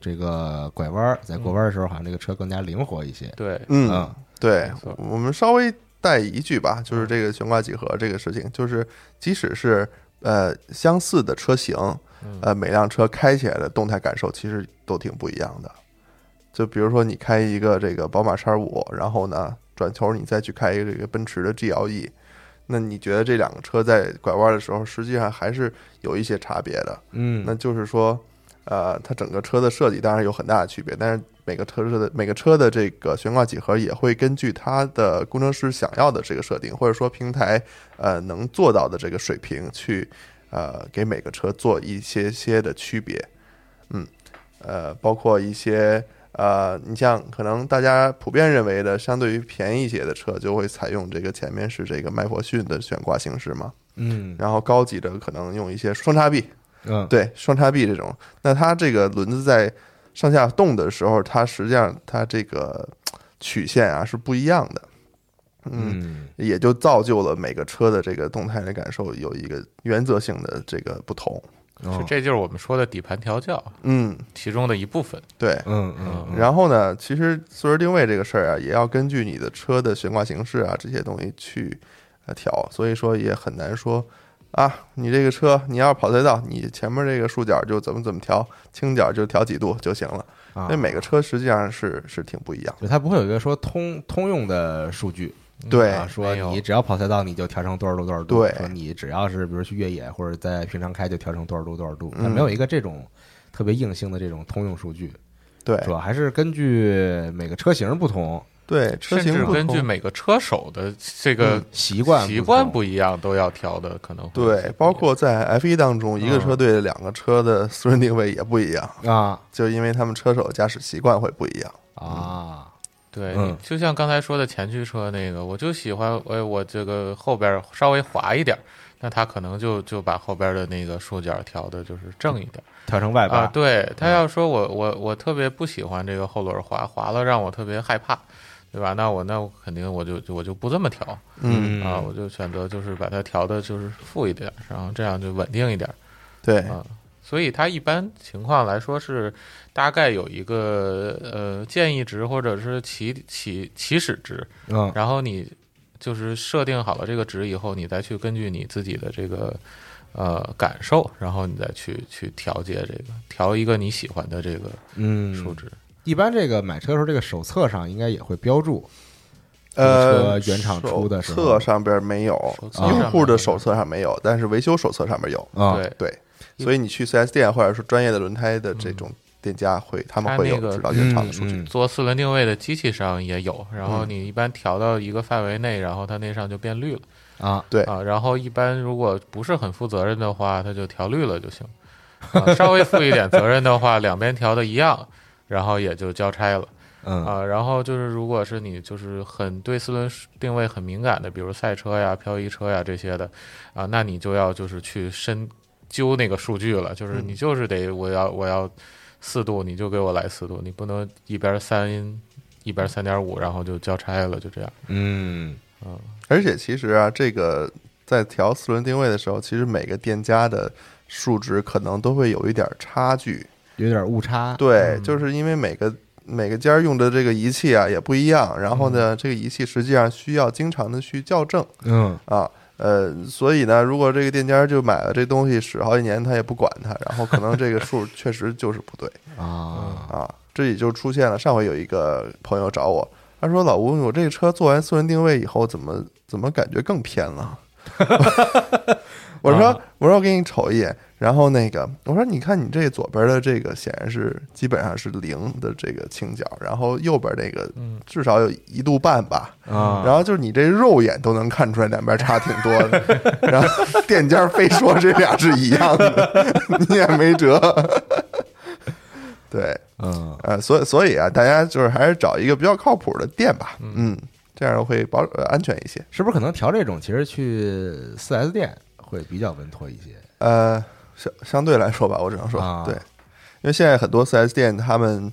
S3: 这个拐弯儿在过弯儿的时候，好像这个车更加灵活一些。
S5: 对，
S4: 嗯
S3: 嗯，
S4: 对
S5: 没错，嗯
S4: 我们稍微带一句吧，就是这个悬挂几何这个事情，就是即使是呃相似的车型，
S5: 嗯
S4: 呃每辆车开起来的动态感受其实都挺不一样的。就比如说你开一个这个宝马叉五，然后呢转头你再去开一个这个奔驰的 GLE，那你觉得这两个车在拐弯的时候，实际上还是有一些差别的。
S3: 嗯，
S4: 那就是说，呃，它整个车的设计当然有很大的区别，但是每个车的每个车的这个悬挂几何也会根据它的工程师想要的这个设定，或者说平台呃能做到的这个水平去呃给每个车做一些些的区别，嗯，呃，包括一些。呃，你像可能大家普遍认为的，相对于便宜一些的车，就会采用这个前面是这个麦弗逊的悬挂形式嘛，
S3: 嗯
S4: 然后高级的可能用一些双叉臂，
S3: 嗯，
S4: 对，双叉臂这种，那它这个轮子在上下动的时候，它实际上它这个呃曲线啊是不一样的，嗯，
S3: 嗯
S4: 也就造就了每个车的这个动态的感受有一个原则性的这个不同，
S5: 就
S3: 哦
S5: 这就是我们说的底盘调教
S4: 嗯，
S5: 其中的一部分。
S4: 对。
S3: 嗯嗯嗯，
S4: 然后呢，其实四轮定位这个事儿啊，也要根据你的车的悬挂形式啊这些东西去呃调，所以说也很难说啊，你这个车你要跑赛道，你前面这个竖角就怎么怎么调，倾角就调几度就行了。
S3: 啊
S4: 那每个车实际上是是挺不一样
S3: 就它不会有一个说通通用的数据，
S4: 的。对
S3: 啊，说
S5: 哎没有
S3: 你只要跑赛道你就调成多少度多少度，
S4: 对
S3: 说你只要是比如去越野或者在平常开就调成多少度多少度，
S4: 嗯
S3: 它没有一个这种特别硬性的这种通用数据，
S4: 对
S3: 主要还是根据每个车型不同，
S4: 对，车
S5: 甚
S4: 型
S5: 至
S4: 不
S5: 根
S4: 同
S5: 据每个车手的这个
S3: 嗯习惯
S5: 呃习惯
S3: 不
S5: 不一样，都要调的可能会
S4: 对，包括在 F 1当中，一个
S5: 嗯
S4: 车队两个车的私人定位也不一样，
S3: 同啊
S4: 就因为他们车手驾驶习惯会不一样。
S3: 啊，
S5: 对，
S3: 嗯
S5: 就像刚才说的前驱车那个，我就喜欢，哎，我这个后边稍微滑一点儿，那他可能就就把后边的那个束角调的就是正一点
S3: 调成外
S5: 儿啊。
S3: 八，
S5: 对
S4: 嗯
S5: 他要说我我我特别不喜欢这个后轮滑，滑了让我特别害怕，对吧？那我那我肯定我就我就不这么调
S4: 嗯，
S5: 啊，我就选择就是把它调的就是负一点儿，然后这样就稳定一点儿。
S4: 对，
S5: 啊，所以它一般情况来说是大概有一个呃建议值或者是起起起始值，
S3: 嗯
S5: 然后你就是设定好了这个值以后，你再去根据你自己的这个呃感受，然后你再去去调节这个调一个你喜欢的这个数
S3: 嗯，
S5: 值。
S3: 一般这个买车的时候，这个手册上应该也会标注，
S4: 呃，
S3: 车原厂出的时
S4: 手
S3: 候
S4: 册上边没有，
S5: 手册
S3: 上
S4: 用户
S5: 没有
S4: 的手册上没有，但是维修手册上面有。
S3: 啊，
S5: 对，
S4: 对，所以你去 4S 店或者说专业的轮胎的这种店家会，他们
S5: 它
S4: 会
S5: 那
S4: 有
S5: 个
S4: 指导原厂
S3: 嗯
S4: 的数据。
S3: 嗯
S5: 做四轮定位的机器上也有，然后你一般调到一个范围内，然后它那上就变绿了
S3: 啊，
S4: 对，
S5: 啊。然后一般如果不是很负责任的话，它就调绿了就行。啊，稍微负一点责任的话，两边调的一样，然后也就交差了
S3: 嗯
S5: 啊。然后就是，如果是你就是很对四轮定位很敏感的，比如赛车呀、漂移车呀这些的啊，那你就要就是去深揪那个数据了，就是你就是得我要我要四度，你就给我来四度，你不能一边三一边三点五，然后就交差了，就这样。
S3: 嗯，
S4: 而且其实啊，这个在调四轮定位的时候，其实每个店家的数值可能都会有一点差距。
S3: 有点误差。
S4: 对，就是因为每个每个家用的这个仪器啊也不一样，然后呢，这个仪器实际上需要经常的去校正
S3: 嗯，
S4: 啊。呃，所以呢，如果这个店家就买了这东西使好几年，他也不管它，然后可能这个数 确实就是不对
S3: 啊，
S4: 啊。这也就出现了上回有一个朋友找我，他说：“老吴，我这个车做完四轮定位以后，怎么怎么感觉更偏了？” 我说：“我说我给你瞅一眼。”然后那个我说：“你看你这左边的这个显然是基本上是零的这个倾角，然后右边这个至少有一度半吧。
S3: 啊
S4: 然后就是你这肉眼都能看出来两边差挺多的。 然后店家非说这俩是一样的， 你也没辙。 对，
S3: 嗯，
S4: 呃，所以所以啊，大家就是还是找一个比较靠谱的店吧，嗯，这样会保呃安全一些。
S3: 是不是可能调这种，其实去四 S 店会比较稳妥一些？
S4: 呃，相相对来说吧，我只能说、
S3: 啊
S4: 对，因为现在很多 4S 店他们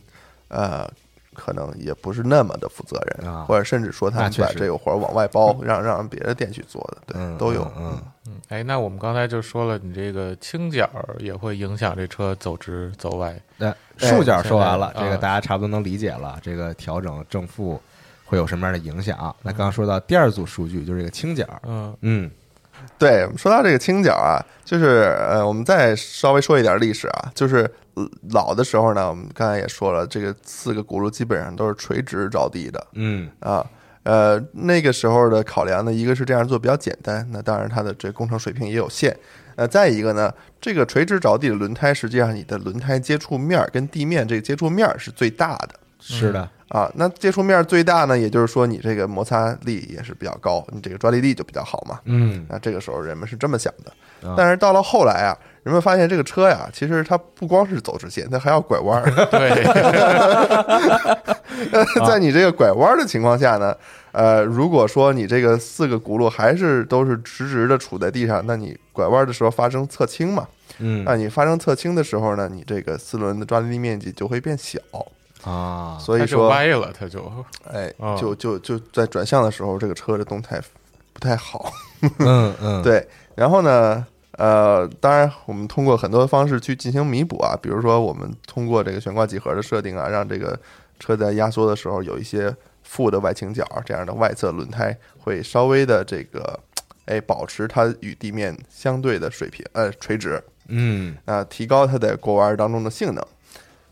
S4: 呃可能也不是那么的负责任，
S3: 啊
S4: 或者甚至说他
S3: 那
S4: 们
S3: 确
S4: 把
S3: 实
S4: 这个活儿往外包，让让别的店去做的，对，
S3: 嗯，
S4: 都有。
S3: 嗯，
S5: 哎，那我们刚才就说了，你这个倾角儿也会影响这车走直走歪。
S3: 那竖角说完了，
S5: 哎
S3: 这
S5: 现在
S3: 个
S5: 啊
S3: 大家差不多能理解了。这个调整正负会有什么样的影响？那刚刚说到第二组数据，就是这个倾角。
S5: 嗯
S3: 嗯
S4: 对，我们说到这个倾角啊，就是呃，我们再稍微说一点历史啊，就是呃老的时候呢，我们刚才也说了，这个四个轱辘基本上都是垂直着地的，
S3: 嗯
S4: 啊，呃，那个时候的考量呢，一个是这样做比较简单，那当然它的这工程水平也有限。呃，再一个呢，这个垂直着地的轮胎，实际上你的轮胎接触面儿跟地面这个接触面儿是最大的
S3: 是的，
S4: 啊。那接触面儿最大呢，也就是说你这个摩擦力也是比较高，你这个抓地力就比较好嘛。
S3: 嗯
S4: 那这个时候人们是这么想
S3: 啊
S4: 的，但是到了后来啊，人们发现这个车呀，其实它不光是走直线，它还要拐弯儿。
S5: 对，
S4: 在你这个拐弯的情况下呢，呃，如果说你这个四个轱辘还是都是直直的杵在地上，那你拐弯的时候发生侧倾嘛？
S3: 嗯
S4: 那你发生侧倾的时候呢，你这个四轮的抓地力面积就会变小，
S3: 啊，
S4: 所
S5: 它
S4: 以
S5: 就
S4: 说，
S5: 歪了，它就
S4: 哎
S5: 啊，
S4: 就就就在转向的时候，这个车的动态不太好。
S3: 嗯嗯，
S4: 对，然后呢，呃，当然我们通过很多方式去进行弥补啊，比如说我们通过这个悬挂几何的设定啊，让这个车在压缩的时候有一些负的外倾角，这样的外侧轮胎会稍微的这个，哎，保持它与地面相对的水平，呃，垂直，
S3: 嗯
S4: 啊、提高它在过弯当中的性能。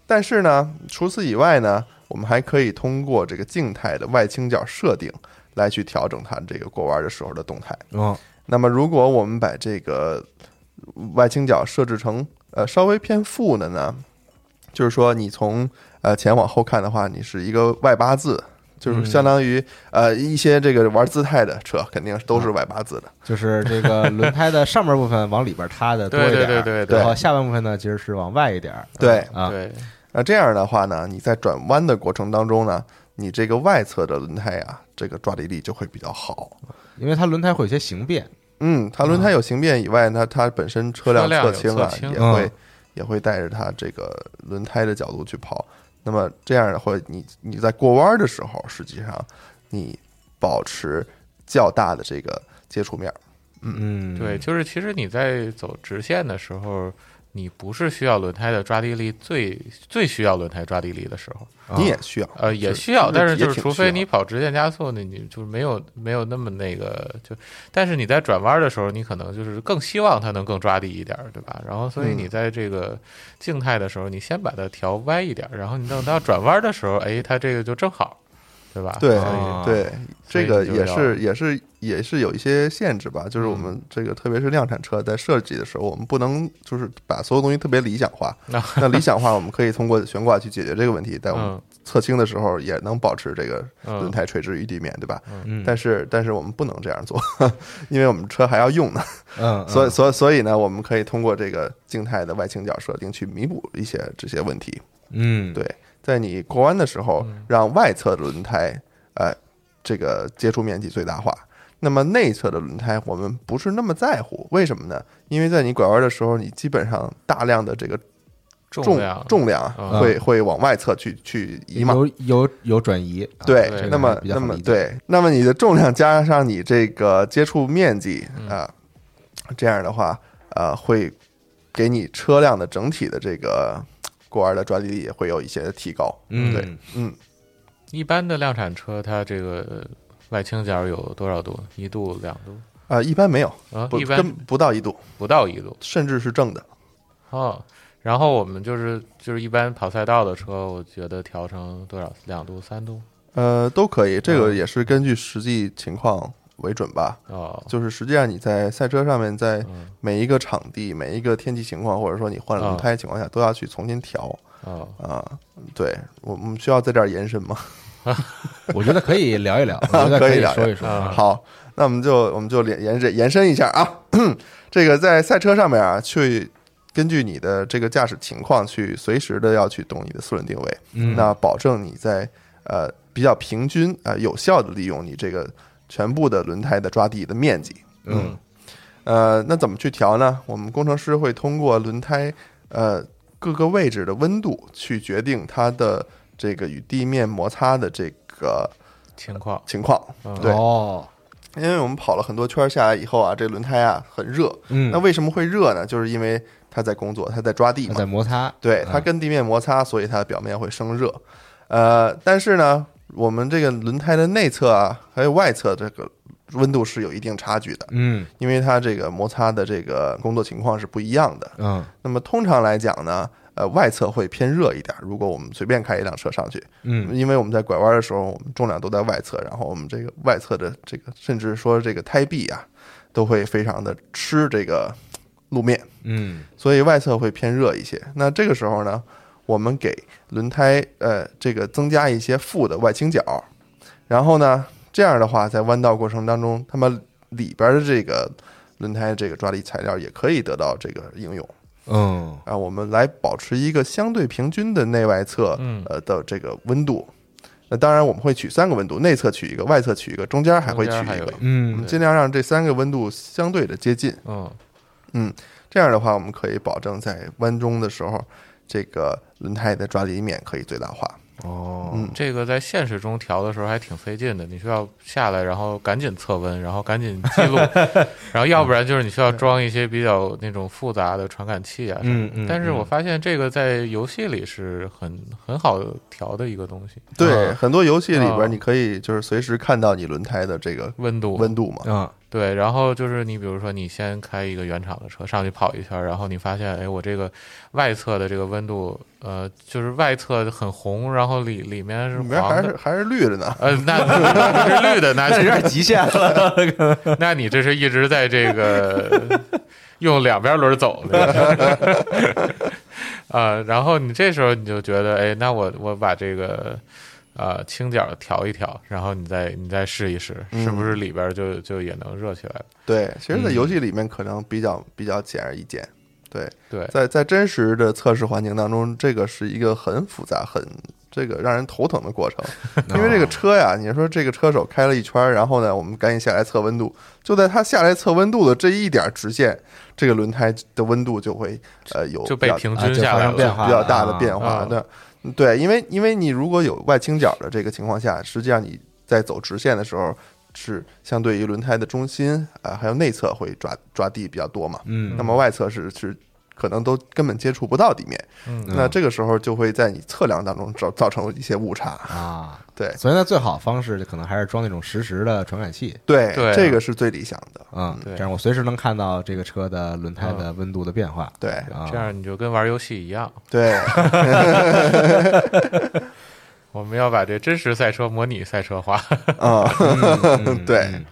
S4: 但是呢，除此以外呢，我们还可以通过这个静态的外倾角设定来去调整它这个过弯的时候的动态。
S3: 哦
S4: 那么如果我们把这个外倾角设置成呃稍微偏负的呢，就是说你从呃前往后看的话，你是一个外八字。就是相当于、呃一些这个玩姿态的车，肯定都是外八字的。
S3: 就是这 个轮胎的上半部分往里边塌的多一点儿，
S5: 对对对对对
S3: 然后下半部分呢其实是往外一点儿，
S4: 对
S3: 啊，
S5: 对，
S4: 那这样的话呢，你在转弯的过程当中呢，你这个外侧的轮胎啊，这个抓地力就会比较好。
S3: 因为它轮胎会有些形变，
S4: 嗯，它轮胎有形变以外，它它本身车辆
S5: 啊车辆
S4: 侧
S5: 有
S4: 倾啊，
S5: 侧倾
S4: 也
S3: 嗯
S4: 会也会带着它这个轮胎的角度去跑。那么这样的话，你你在过弯的时候，实际上你保持较大的这个接触面儿。
S3: 嗯，
S5: 对，，就是其实你在走直线的时候，你不是需要轮胎的抓地力最最需要轮胎抓地力的时候，
S3: 啊哦
S4: 你也需要，
S5: 呃，也
S4: 就是
S5: 需要，但是
S4: 也
S5: 就是
S4: 挺
S5: 除
S4: 需要
S5: 非你跑直线加速，你你就是没有没有那么那个就，但是你在转弯的时候，你可能就是更希望它能更抓地一点儿，对吧？然后所以
S4: 嗯
S5: 你在这个静态的时候，你先把它调歪一点儿，然后你等到转弯的时候，哎，它这个就正好，对吧？
S4: 对、
S5: 所以
S3: 啊
S4: 对，
S5: 所
S4: 这
S5: 以
S4: 个
S5: 你就
S4: 也
S5: 要嗯
S4: 是也是也是有一些限制吧。就是我们这个特别是量产车在设计的时候，我们不能就是把所有东西特别理想 化。
S5: 啊
S4: 那理想化，我们可以通过悬挂去解决这个问题，但我们
S5: 嗯
S4: 侧倾的时候也能保持这个
S5: 嗯
S4: 轮胎垂直于地面，对吧？
S3: 嗯
S4: 但是但是我们不能这样做， 因为我们车还要用呢。
S3: 嗯，
S4: 所以
S3: 以
S4: 所以所以呢，我们可以通过这个静态的外倾角设定去弥补一些这些问题。
S3: 嗯，
S4: 对，在你过弯的时候，让外侧轮胎呃这个接触面积最大化。那么内侧的轮胎我们不是那么在乎，为什么呢？因为在你拐弯的时候，你基本上大量的这个重
S5: 量
S4: 重量啊
S5: 嗯
S4: 会会往外侧去去移嘛。
S3: 有有有转移，啊
S4: 对
S5: 对，
S3: 这个
S4: 那么
S3: 比较
S4: 那
S3: 好
S4: 么
S3: 理解，
S4: 对，那么你的重量加上你这个接触面积
S3: 嗯
S4: 啊，这样的话，呃，会给你车辆的整体的这个过弯的抓地力也会有一些提高。
S3: 嗯，
S4: 对，嗯，
S5: 一般的量产车它这个外倾角有多少度？一度、两度
S4: 啊，一般没有，
S5: 啊？
S4: 不
S5: 一
S4: 根
S5: 般
S4: 不到一度，
S5: 不到一度
S4: 甚至是正的。
S5: 哦。然后我们就是就是一般跑赛道的车，我觉得调成多少？两度、三度
S4: 呃，都可以，这个
S5: 嗯
S4: 也是根据实际情况为准
S3: 嗯
S4: 吧。
S5: 哦。
S4: 就是实际上你在赛车上面，在
S5: 嗯
S4: 每一个场地、每一个天气情况，或者说你换了轮
S5: 啊
S4: 胎的情况下，都要去重新调
S5: 哦，
S4: 啊。对我们需要在这儿延伸吗？
S3: 我觉得可以聊一 聊，我觉得
S4: 可以
S3: 以
S4: 聊一
S3: 说
S4: 聊
S3: 一说
S5: 啊
S3: 啊，
S4: 好，那我们就我们就连延伸延伸一下啊， 这个在赛车上面啊，去根据你的这个驾驶情况去随时的要去懂你的四轮定位，
S3: 嗯
S4: 那保证你在呃比较平均啊、呃有效的利用你这个全部的轮胎的抓地的面积。
S3: 嗯
S4: 呃，那怎么去调呢？我们工程师会通过轮胎呃各个位置的温度去决定它的这个与地面摩擦的这个
S5: 情况
S4: 情况。对，
S3: 哦，
S4: 因为我们跑了很多圈儿下来以后啊，这轮胎啊很热。
S3: 嗯，
S4: 那为什么会热呢？就是因为它在工作，它在抓地
S3: 它
S4: 嘛
S3: 在。摩擦，
S4: 对，它
S3: 嗯
S4: 跟地面摩擦，所以它的表面会生热。呃，但是呢，我们这个轮胎的内侧啊，还有外侧这个温度是有一定差距的，
S3: 嗯
S4: 因为它这个摩擦的这个工作情况是不一样的。
S3: 嗯
S4: 那么通常来讲呢，呃，外侧会偏热一点。如果我们随便开一辆车上去，
S3: 嗯
S4: 因为我们在拐弯的时候，我们重量都在外侧，然后我们这个外侧的这个，甚至说这个胎壁啊，都会非常的吃这个路面，
S3: 嗯
S4: 所以外侧会偏热一些。那这个时候呢，我们给轮胎呃这个增加一些负的外倾角，然后呢，这样的话在弯道过程当中，它们里边的这个轮胎这个抓力材料也可以得到这个应用。
S3: 嗯
S4: 啊，我们来保持一个相对平均的内外侧
S5: 嗯
S4: 呃的这个温度。那当然我们会取三个温度，内侧取一个，外侧取一个，中间还会取
S5: 中间还
S4: 一
S5: 有
S4: 个
S5: 一。个
S4: 我们
S3: 嗯
S5: 对
S4: 尽量让这三个温度相对的接近，
S5: 嗯
S4: 这样的话，我们可以保证在弯中的时候，这个轮胎的抓力面可以最大化。
S5: 啊
S3: 哦
S4: 嗯
S5: 这个在现实中调的时候还挺费劲的，你需要下来，然后赶紧测温，然后赶紧记录，然后要不然就是你需要装一些比较那种复杂的传感器啊。
S3: 嗯嗯，
S5: 但是我发现这个在游戏里是很很好调的一个东西，
S4: 对，很多游戏里
S5: 啊
S4: 边你可以就是随时看到你轮胎的这个
S5: 温度
S4: 温度嘛。
S3: 啊
S5: 对，然后就是你比如说你先开一个原厂的车上去跑一圈，然后你发现，哎，我这个外侧的这个温度，呃，就是外侧很红，然后里里面是
S4: 里面还
S5: 黄
S4: 是
S5: 的。
S4: 还是绿的呢，
S5: 呃，那那是 绿的，那
S3: 那有
S5: 是
S3: 点极限了，
S5: 那你这是一直在这个用两边轮走的 啊、然后你这时候你就觉得，哎，那我我把这个呃倾角调一调，然后你再你再试一试，
S4: 嗯
S5: 是不是里边就就也能热起来了？
S4: 对，其实，在
S5: 嗯
S4: 游戏里面可能比较比较显而易见。对，
S5: 对，
S4: 在在真实的测试环境当中，这个是一个很复杂、很这个让人头疼的 过程，因为这个
S5: 哦
S4: 车呀，你说这个车手开了一圈儿，然后呢，我们赶紧下来测温度，就在他下来测温度的这一点儿直线，这个轮胎的温度就会呃有
S5: 就
S4: 比
S5: 被
S4: 较
S5: 平
S3: 啊
S5: 均
S3: 就
S5: 下
S3: 发
S5: 来
S3: 生
S5: 了。
S3: 变化
S4: 比较大的
S3: 啊
S4: 变化
S5: 啊。
S4: 对对，因为因为你如果有外倾角的这个情况下，实际上你在走直线的时候。是相对于轮胎的中心啊、呃还有内侧会抓抓地比较多嘛，
S3: 嗯
S4: 那么外侧是是可能都根本接触不到地面，
S5: 嗯
S4: 那这个时候就会在你测量当中造造成一些误差。
S3: 啊，
S4: 对
S3: 所以呢，最好方式就可能还是装那种实时的传感器。
S4: 对，
S5: 对啊
S4: 这个是最理想的。
S3: 啊，
S5: 对
S3: 这样我随时能看到这个车的轮胎的温度的变化。
S4: 对
S3: 啊，
S5: 这样你就跟玩游戏一样，
S4: 对，啊
S5: 我们要把这真实赛车模拟赛车化。
S4: 啊，
S3: 嗯，嗯
S4: 对。
S3: 嗯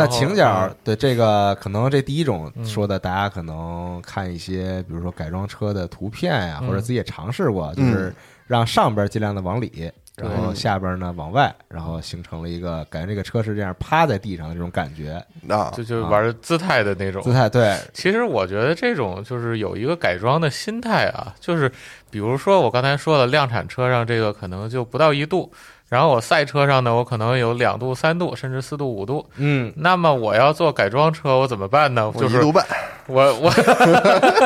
S3: 那
S5: 后嗯
S3: 倾角对这个可能这第一种说的，大家可能看一些，比如说改装车的图片呀，
S5: 嗯
S3: 或者自己也尝试过，就是让上边尽量的往里，然后下边呢往外，然后形成了一个感觉这个车是这样趴在地上的这种感觉，
S4: 那
S5: 就就玩姿态的那种
S3: 啊姿态对，
S5: 其实我觉得这种就是有一个改装的心态啊，就是比如说我刚才说了，量产车上这个可能就不到一度，然后我赛车上呢，我可能有两度、三度，甚至四度、五度。
S3: 嗯，
S5: 那么我要做改装车，我怎么办呢？
S4: 我
S5: 就
S4: 一
S5: 是
S4: 读半，
S5: 我 我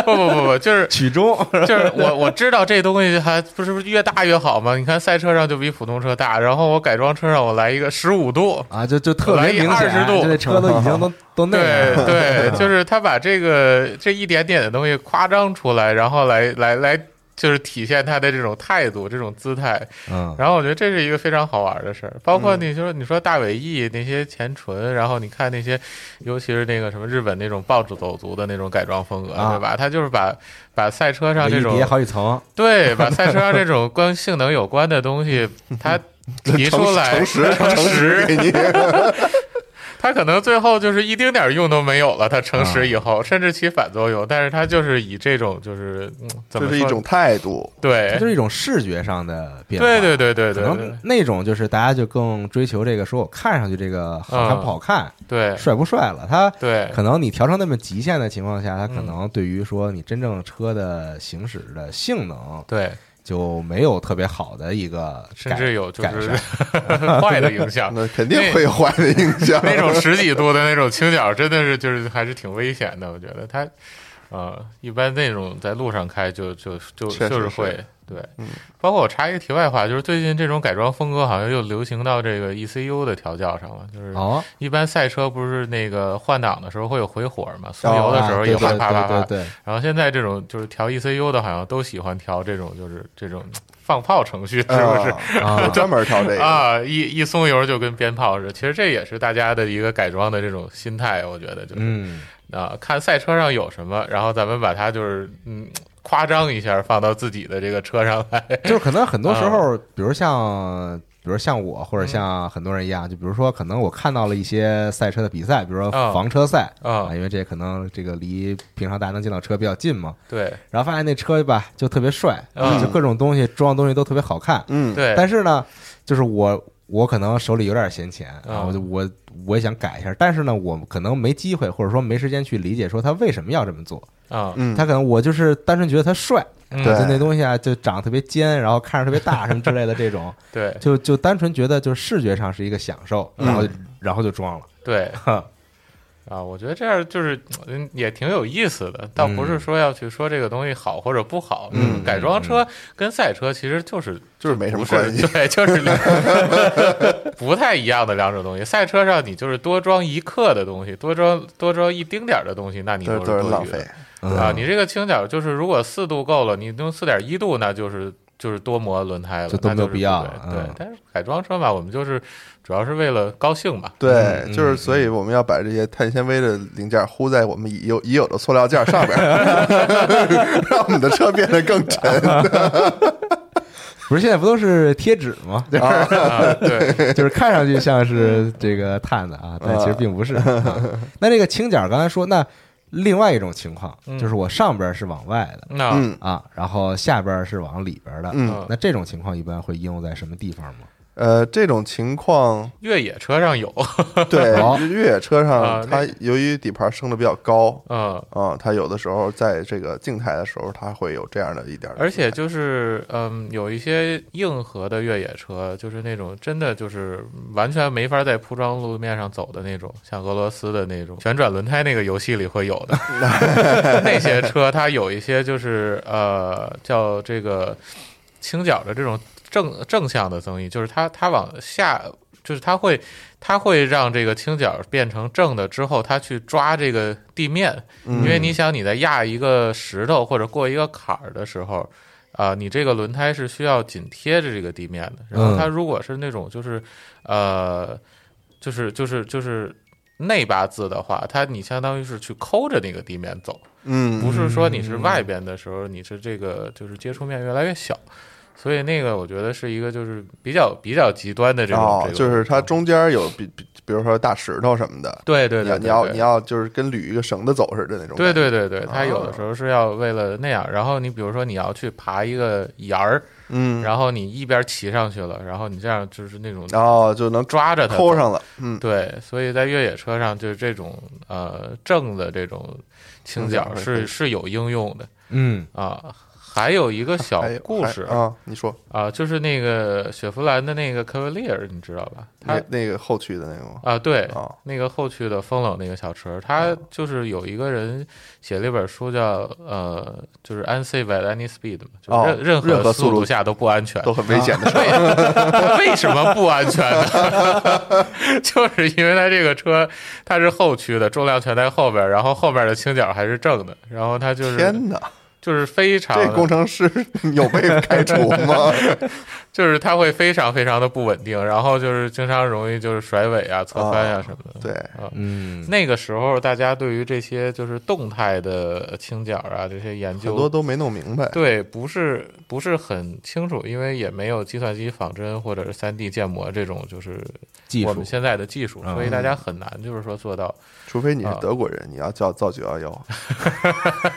S5: 不不不不，就是
S3: 曲 中，
S5: 就是我我知道这东西还不是不是越大越好吗？你看赛车上就比普通车大，然后我改装车上我来一个十五度，
S3: 啊，就就特
S5: 来
S3: 别
S5: 一
S3: 明显，
S5: 20度
S3: 这车都已经 都都那样
S5: 对
S3: 了，
S5: 对， 就是是他把这个这一点点的东西夸张出来，然后来来来就是体现他的这种态度、这种姿态。
S3: 嗯
S5: 然后我觉得这是一个非常好玩的事儿，包括你说你说大尾翼那些前唇，然后你看那些，尤其是那个什么日本那种暴走族的那种改装风格，
S3: 啊
S5: 对吧？他就是把把赛车上这
S3: 一
S5: 种
S3: 叠好几层，
S5: 对，把赛车上啊这种跟性能有关的 东西，它提出来，
S4: 诚实
S5: 诚实，
S4: 给你，
S5: 它可能最后就是一丁点儿用都没有了。它诚
S3: 啊
S5: 实以后，甚至起反作用，但是它就是以这种就是嗯
S4: 这
S5: 怎么
S4: 是一
S5: 说
S4: 种态度。
S5: 对
S3: 它就是一种视觉上的变化。
S5: 对对对对
S3: 可
S5: 对
S3: 能那种就是大家就更追求这个，说我看上去这个好看不好看，
S5: 对
S3: 帅不帅了。它
S5: 啊对嗯
S3: 可能你调成那么极限的情况下，它可能对于说你真正车的行驶的性能
S5: 对，
S3: 就没有特别好的一个
S5: 甚
S3: 改
S5: 至有就
S3: 改
S5: 是
S3: 善
S5: 坏的影响。
S4: 那肯定会有坏的 影响。
S5: 啊那种十几度的那种倾角，真的是就是还是挺危险的。我觉得它，呃，一般那种在路上开就就就
S4: 确实
S5: 就是会
S4: 是
S5: 对
S4: 嗯。
S5: 包括我插一个题外话，就是最近这种改装风格好像又流行到这个 ECU 的调教上了，就是
S3: 哦，
S5: 一般赛车不是那个换挡的时候会有回火嘛，
S3: 加
S5: 松油的时候也
S3: 哦啊对
S5: 会
S3: 对
S5: 啪啪
S3: 对
S5: 啪。
S3: 对对，
S5: 然后现在这种就是调 ECU 的，好像都喜欢调这种就是这种放炮程序，是不是？
S4: 是？
S3: 啊
S4: 我专门挑这个，
S5: 啊，一一松油就跟鞭炮似的。其实这也是大家的一个改装的这种心态，我觉得就是、
S3: 嗯，
S5: 啊，看赛车上有什么，然后咱们把它就是嗯夸张一下，放到自己的这个车上来。
S3: 就是可能很多时
S5: 嗯
S3: 候，比如像。比如像我，或者像很多人一样，就比如说，可能我看到了一些赛车的比赛，比如说
S5: 啊
S3: 房车赛
S5: 啊
S3: 因为这可能这个离平常大家能见到车比较近嘛，
S5: 对
S3: 然后发现那车吧就特别帅，
S5: 嗯
S3: 就各种东西装的东西都特别好看。
S4: 嗯，
S5: 对，
S3: 但是呢，就是我我可能手里有点闲钱啊，
S5: 嗯
S3: 我就我我也想改一下，但是呢，我可能没机会，或者说没时间去理解说他为什么要这么做。
S5: 啊，
S4: 嗯，
S3: 他可能我就是单纯觉得他帅，
S5: 嗯
S4: 对
S3: 就那东西啊就长得特别尖，然后看着特别大什么之类的这 种，
S5: 对
S3: 就就单纯觉得就是视觉上是一个享受，然
S5: 嗯
S3: 后然后就装了。
S5: 对
S3: 哈
S5: 啊，我觉得这样就是嗯也挺有意思的，倒不是说要去说这个东西好或者不好。
S4: 嗯
S5: 改装车跟赛车其实就是
S4: 就是没什么
S5: 不是
S4: 关系。
S5: 对， 就是两 不太一样的两种东西。赛车上你就是多装一克的东西，多装多装一丁点儿的东西，那你
S4: 都
S5: 是
S4: 都
S5: 多
S4: 是
S5: 余
S4: 浪
S5: 的
S4: 费，
S3: 嗯
S5: 啊。你这个倾角就是，如果四度够了，你用四点一度，那就是就是多磨轮胎了，
S3: 就都
S5: 那
S3: 没有
S5: 是
S3: 必
S5: 不
S3: 要
S5: 对
S3: 了
S5: 对
S3: 嗯，
S5: 但是改装车嘛，我们就是主要是为了高 兴嘛。
S4: 对，
S3: 嗯
S4: 就是所以我们要把这些碳纤维的零件糊在我们已有已有的塑料件上边儿， 让我们的车变得更 沉。
S5: 啊
S3: 不是现在不都是贴纸吗？就是
S5: 啊，对，
S3: 就是看上去像是这个碳的啊，但其实并不是。啊那这个倾角，刚才说，那另外一种情况
S5: 嗯
S3: 就是我上边是往外的
S5: 那
S4: 嗯
S3: 啊，然后下边是往里边的。
S4: 嗯，
S5: 嗯
S3: 那这种情况一般会应用在什么地方吗？
S4: 呃，这种情 况，
S5: 越野车上有，
S4: 对
S3: 好
S4: 越野车
S5: 啊
S4: 上，它
S5: 那
S4: 由于底盘升的比较高
S5: 嗯，
S4: 啊，它有的时候在这个静态的时候，它会有这样的一点儿的姿态。
S5: 而且就是嗯，有一些硬核的越野车，就是那种真的就是完全没法在铺装路面上走的那种，像俄罗斯的那种旋转轮胎那个游戏里会有 的那些车，它有一些就是呃叫这个倾角的这种正正向的增益，就是它它往下。就是它会，它会让这个倾角变成正的之后，它去抓这个地面，
S4: 嗯，
S5: 因为你想你在压一个石头或者过一个坎儿的时候，啊、你这个轮胎是需要紧贴着这个地面的。然
S4: 嗯
S5: 后它如果是那种就是，呃，就是就是就是内八字的话，它你相当于是去抠着那个地面走，
S4: 嗯，
S5: 不是说你是外边的时候，你是这个就是接触面越来越小。所以那个我觉得是一个就是比较比较极端的这种，
S4: 哦
S5: 这，个啊
S4: 就是它中间有比比，比如说大石头什么的，
S5: 对对对，
S4: 你
S5: 对
S4: 要
S5: 对
S4: 你要就是跟捋一个绳子走似的那种感觉。
S5: 对对对对，
S4: 啊
S5: 它有的时候是要为了那样，然后你比如说你要去爬一个崖儿，
S4: 嗯，
S5: 然后你一边骑上去了，然后你这样就是那种
S4: 然后就能
S5: 抓着它
S4: 抠
S5: 走。
S4: 上了，嗯，
S5: 对，所以在越野车上就是这种呃正的这种倾
S4: 倾角
S5: 角
S4: 会
S5: 是是有应用的
S3: 嗯，
S5: 啊。还有一个小
S4: 还有
S5: 故事
S4: 还啊，你说
S5: 啊，就是那个雪佛兰的那个科威利尔，你知道吧？
S4: 那
S5: 它
S4: 那个后驱的那个吗？
S5: 啊，对，
S4: 啊，
S5: 那个后驱的风冷那个小车，
S4: 嗯
S5: 他就是有一个人写了一本书叫呃，就是 unsafe at any speed 嘛，就
S4: 哦
S5: 任、任
S4: 任何
S5: 何
S4: 速
S5: 速
S4: 度
S5: 度下都不安全。
S4: 都很危险的车，
S5: 啊为什么不安全呢？ 就是因为它这个车它是后驱的，重量全在后边，然后后面的倾角还是正的，然后它就是
S4: 天哪！
S5: 就是非常
S4: 这工 程师有被开除吗？
S5: 就是它会非常非常的不稳定，然后就是经常容易就是甩尾啊、侧翻啊
S4: 啊
S5: 什么的。
S4: 对，
S5: 啊，
S3: 嗯，
S5: 那个时候大家对于这些就是动态的倾角啊这些研
S4: 很多
S5: 究，
S4: 都没弄明白。
S5: 对不是不是很清楚，因为也没有计算机仿真或者是三 D 建模这种就是
S3: 技
S5: 我
S3: 术
S5: 们现在的技术，
S3: 嗯
S5: 所以大家很难就是说做到。
S4: 除非你是
S5: 啊
S4: 德国人，你要叫造九幺 幺，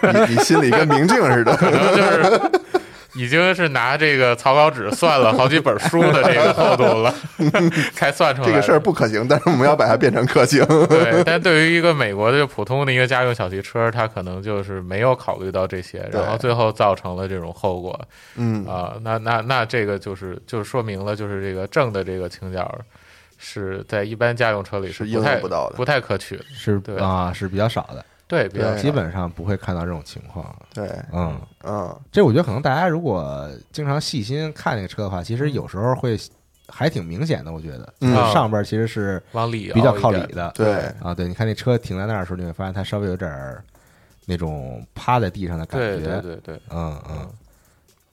S4: 你你心里跟明镜似的。
S5: 可能就是已经是拿这个草稿纸算了好几本书的这个厚度了， 才算出来
S4: 这
S5: 的
S4: 个事儿。不可行，但是我们要把它变成可 行。
S5: 对，但对于一个美国的普通的一个家用小汽车，它可能就是没有考虑到这些，
S4: 对
S5: 然后最后造成了这种后果
S4: 嗯，
S5: 啊、那那那这个就是就是说明了，就是这个正的这个倾角是在一般家用车里
S4: 是
S5: 不
S4: 应
S5: 太
S4: 用不到的
S5: 不太可取的。
S3: 是
S5: 对
S3: 啊，是比较少的，
S5: 对，啊比较
S4: 对
S3: 基本上不会看到这种情况。
S4: 对，
S3: 嗯，
S4: 嗯，
S3: 这我觉得可能大家如果经常细心看那个车的话，其
S5: 嗯
S3: 实有时候会还挺明显的。我觉得，
S4: 嗯
S3: 就是上边其实是
S5: 往里
S3: 比较
S5: 凹一
S3: 靠里
S5: 点
S3: 的。
S4: 对，
S3: 啊，对，你看那车停在那儿的时候，你会发现它稍微有点儿那种趴在地上的感觉。
S5: 对对对对，
S3: 嗯嗯
S5: 嗯。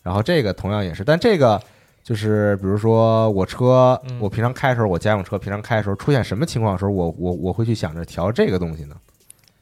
S3: 然后这个同样也是，但这个就是比如说我车，
S5: 嗯
S3: 我平常开的时候，我家用车平常开的时候，出现什么情况的时候，我我我会去想着调这个东西
S4: 嗯
S3: 呢？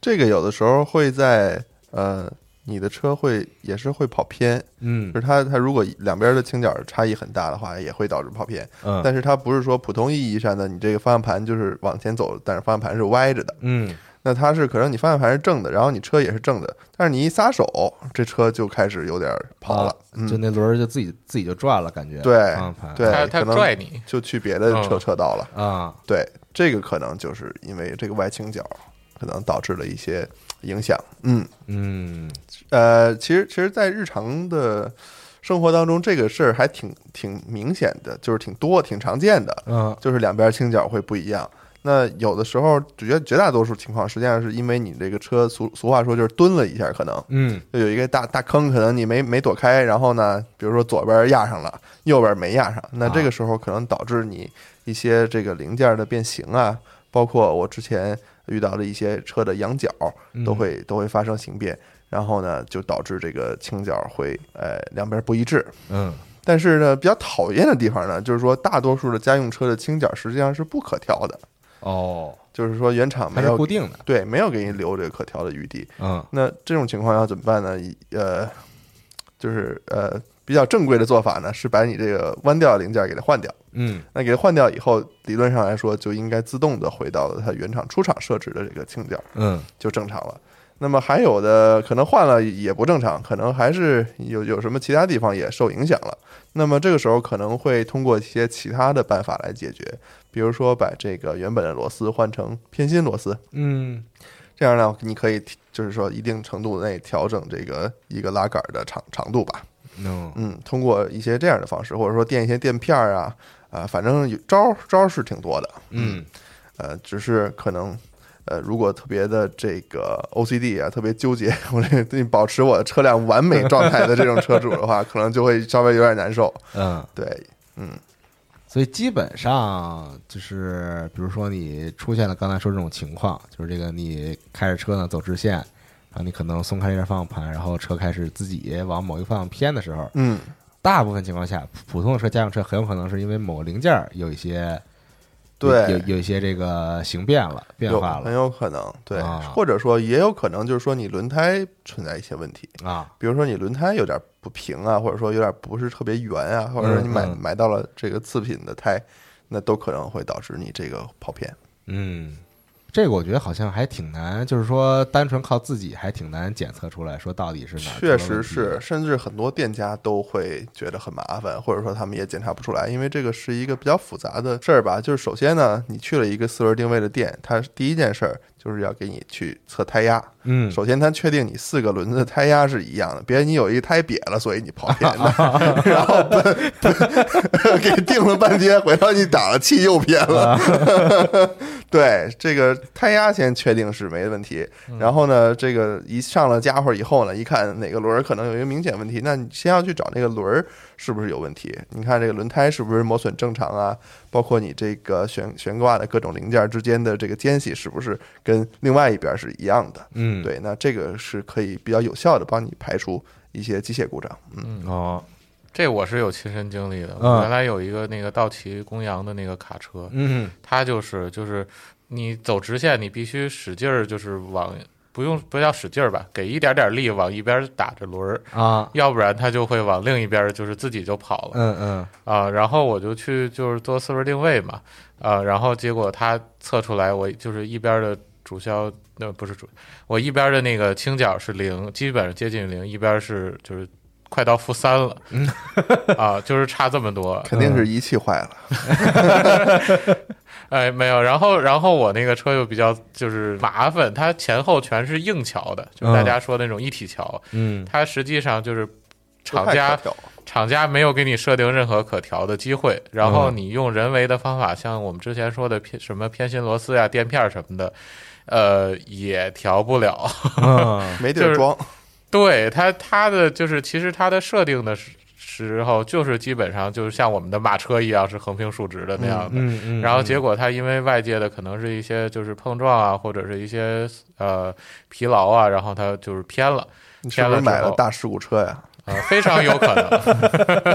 S4: 这个有的时候会在呃，你的车会也是会跑偏，
S3: 嗯
S4: 就是它它如果两边的倾角差异很大的话，也会导致跑偏。
S3: 嗯
S4: 但是它不是说普通意义上的你这个方向盘就是往前走，但是方向盘是歪着的。
S3: 嗯，
S4: 那它是可能你方向盘是正的，然后你车也是正的，但是你一撒手，这车就开始有点跑了
S3: 啊，就
S4: 嗯，
S3: 那轮儿就自己自己就转了，感觉
S4: 对
S3: 方向盘
S4: 对
S5: 它它
S4: 可能
S5: 拽你，
S4: 就去别的车
S5: 嗯
S4: 车道了。
S3: 啊，
S4: 对，这个可能就是因为这个外倾角可能导致了一些影响。嗯，
S3: 嗯
S4: 呃，其实其实，在日常的生活当中，这个事儿还挺挺明显的，就是挺多、挺常见的，
S3: 嗯
S4: 就是两边倾角会不一样。那有的时候，绝绝大多数情况，实际上是因为你这个车俗俗话说就是蹲了一下，可能
S3: 嗯
S4: 就有一个大大坑，可能你没没躲开，然后呢，比如说左边压上了，右边没压上，那这个时候可能导致你一些这个零件的变形啊，包括我之前遇到的一些车的仰角
S3: 嗯
S4: 都会都会发生形变，然后呢就导致这个倾角会呃两边不一致。
S3: 嗯
S4: 但是呢，比较讨厌的地方呢，就是说大多数的家用车的倾角实际上是不可调的，
S3: 哦，
S4: 就是说原厂
S3: 它
S4: 没
S3: 是固
S4: 有
S3: 定的，
S4: 对没有给你留这个可调的余地。
S3: 嗯
S4: 那这种情况要怎么办呢？一呃，就是呃，比较正规的做法呢，是把你这个弯掉的零件给它换掉。
S3: 嗯
S4: 那给它换掉以后，理论上来说就应该自动的回到它原厂出厂设置的这个倾角，
S3: 嗯
S4: 就正常了。那么还有的可能换了也不正常，可能还是有有什么其他地方也受影响了。那么这个时候可能会通过一些其他的办法来解决，比如说把这个原本的螺丝换成偏心螺丝，
S3: 嗯
S4: 这样呢，你可以提就是说一定程度内调整这个一个拉杆儿的长长度吧。
S3: 嗯
S4: 嗯，通过一些这样的方式，或者说垫一些垫片儿啊，啊、反正有招儿招儿是挺多的。
S3: 嗯
S4: 呃，只是可能。呃，如果特别的这个 OCD 啊，特别纠结，我这对保持我的车辆完美状态的这种车主的话，可能就会稍微有点难受。
S3: 嗯。
S4: 对，
S3: 所以基本上就是，比如说你出现了刚才说这种情况，就是这个你开着车呢走直线，然后你可能松开一下方向盘，然后车开始自己往某一个方向偏的时候，
S4: 嗯，
S3: 大部分情况下，普普通的车、家用车很有可能是因为某个零件儿有一些
S4: 对，
S3: 有有一些这个形变了、变
S4: 有
S3: 化
S4: 很
S3: 了
S4: 有可能，对，
S3: 啊
S4: 或者说也有可能就是说你轮胎存在一些问题，
S3: 啊，
S4: 比如说你轮胎有点不平啊，或者说有点不是特别圆啊，或者说你买、
S3: 嗯嗯
S4: 买到了这个次品的胎，那都可能会导致你这个跑偏。
S3: 嗯。这个我觉得好像还挺难，就是说单纯靠自己还挺难检测出来，说到底是哪儿出了
S4: 确实
S3: 问题
S4: 是，甚至很多店家都会觉得很麻烦，或者说他们也检查不出来，因为这个是一个比较复杂的事儿吧。就是首先呢，你去了一个四轮定位的店，它第一件事儿就是要给你去测胎压。
S3: 嗯，
S4: 首先，它确定你四个轮子的胎压是一样的，别你有一胎瘪了，所以你跑偏了，然后奔奔给定了半天，回头你打了气又偏了。 对，这个胎压先确定是没问题，然后呢，这个一上了家伙以后呢，一看哪个轮儿可能有一个明显问题，那你先要去找那个轮儿是不是有问题。你看这个轮胎是不是磨损正常啊？包括你这个悬悬挂的各种零件之间的这个间隙是不是跟另外一边是一样的？
S3: 嗯，
S4: 对，那这个是可以比较有效的帮你排除一些机械故障。嗯，
S3: 哦，
S5: 这我是有亲身经历的。
S3: 嗯
S5: 我原来有一个那个道奇公羊的那个卡车，
S3: 嗯
S5: 它就是就是你走直线，你必须使劲儿，就是往不用不要使劲儿吧，给一点点力往一边打着轮儿，
S3: 啊，
S5: 要不然它就会往另一边儿就是自己就跑了
S3: 嗯嗯
S5: 啊、然后我就去就是做四轮定位嘛，啊、然后结果它测出来我就是一边的主销，那、不是主，我一边的那个倾角是零，基本上接近于零，一边是就是。快到负三了，啊，就是差这么多，
S4: 肯定是仪器坏了。
S5: 哎，没有，然后然后我那个车又比较就是麻烦，它前后全是硬桥的，就是大家说那种一体桥，
S3: 嗯
S5: 它实际上就是厂
S4: 不太
S5: 家
S4: 可调
S5: 厂家没有给你设定任何可调的机会，然后
S3: 嗯
S5: 你用人为的方法，像我们之前说的偏什么偏心螺丝呀、垫片儿什么的，呃，也调不了。
S3: 嗯
S4: 没地儿装，
S5: 对它，它的就是其实它的设定的时时候，就是基本上就是像我们的马车一样是横平竖直的那样的。
S3: 嗯嗯，
S5: 然后结果它因为外界的可能是一些就是碰撞啊，或者是一些呃疲劳啊，然后它就是偏了，
S4: 你是不是
S5: 偏了之
S4: 买了
S5: 后
S4: 大事故车呀？
S5: 啊，非常有可能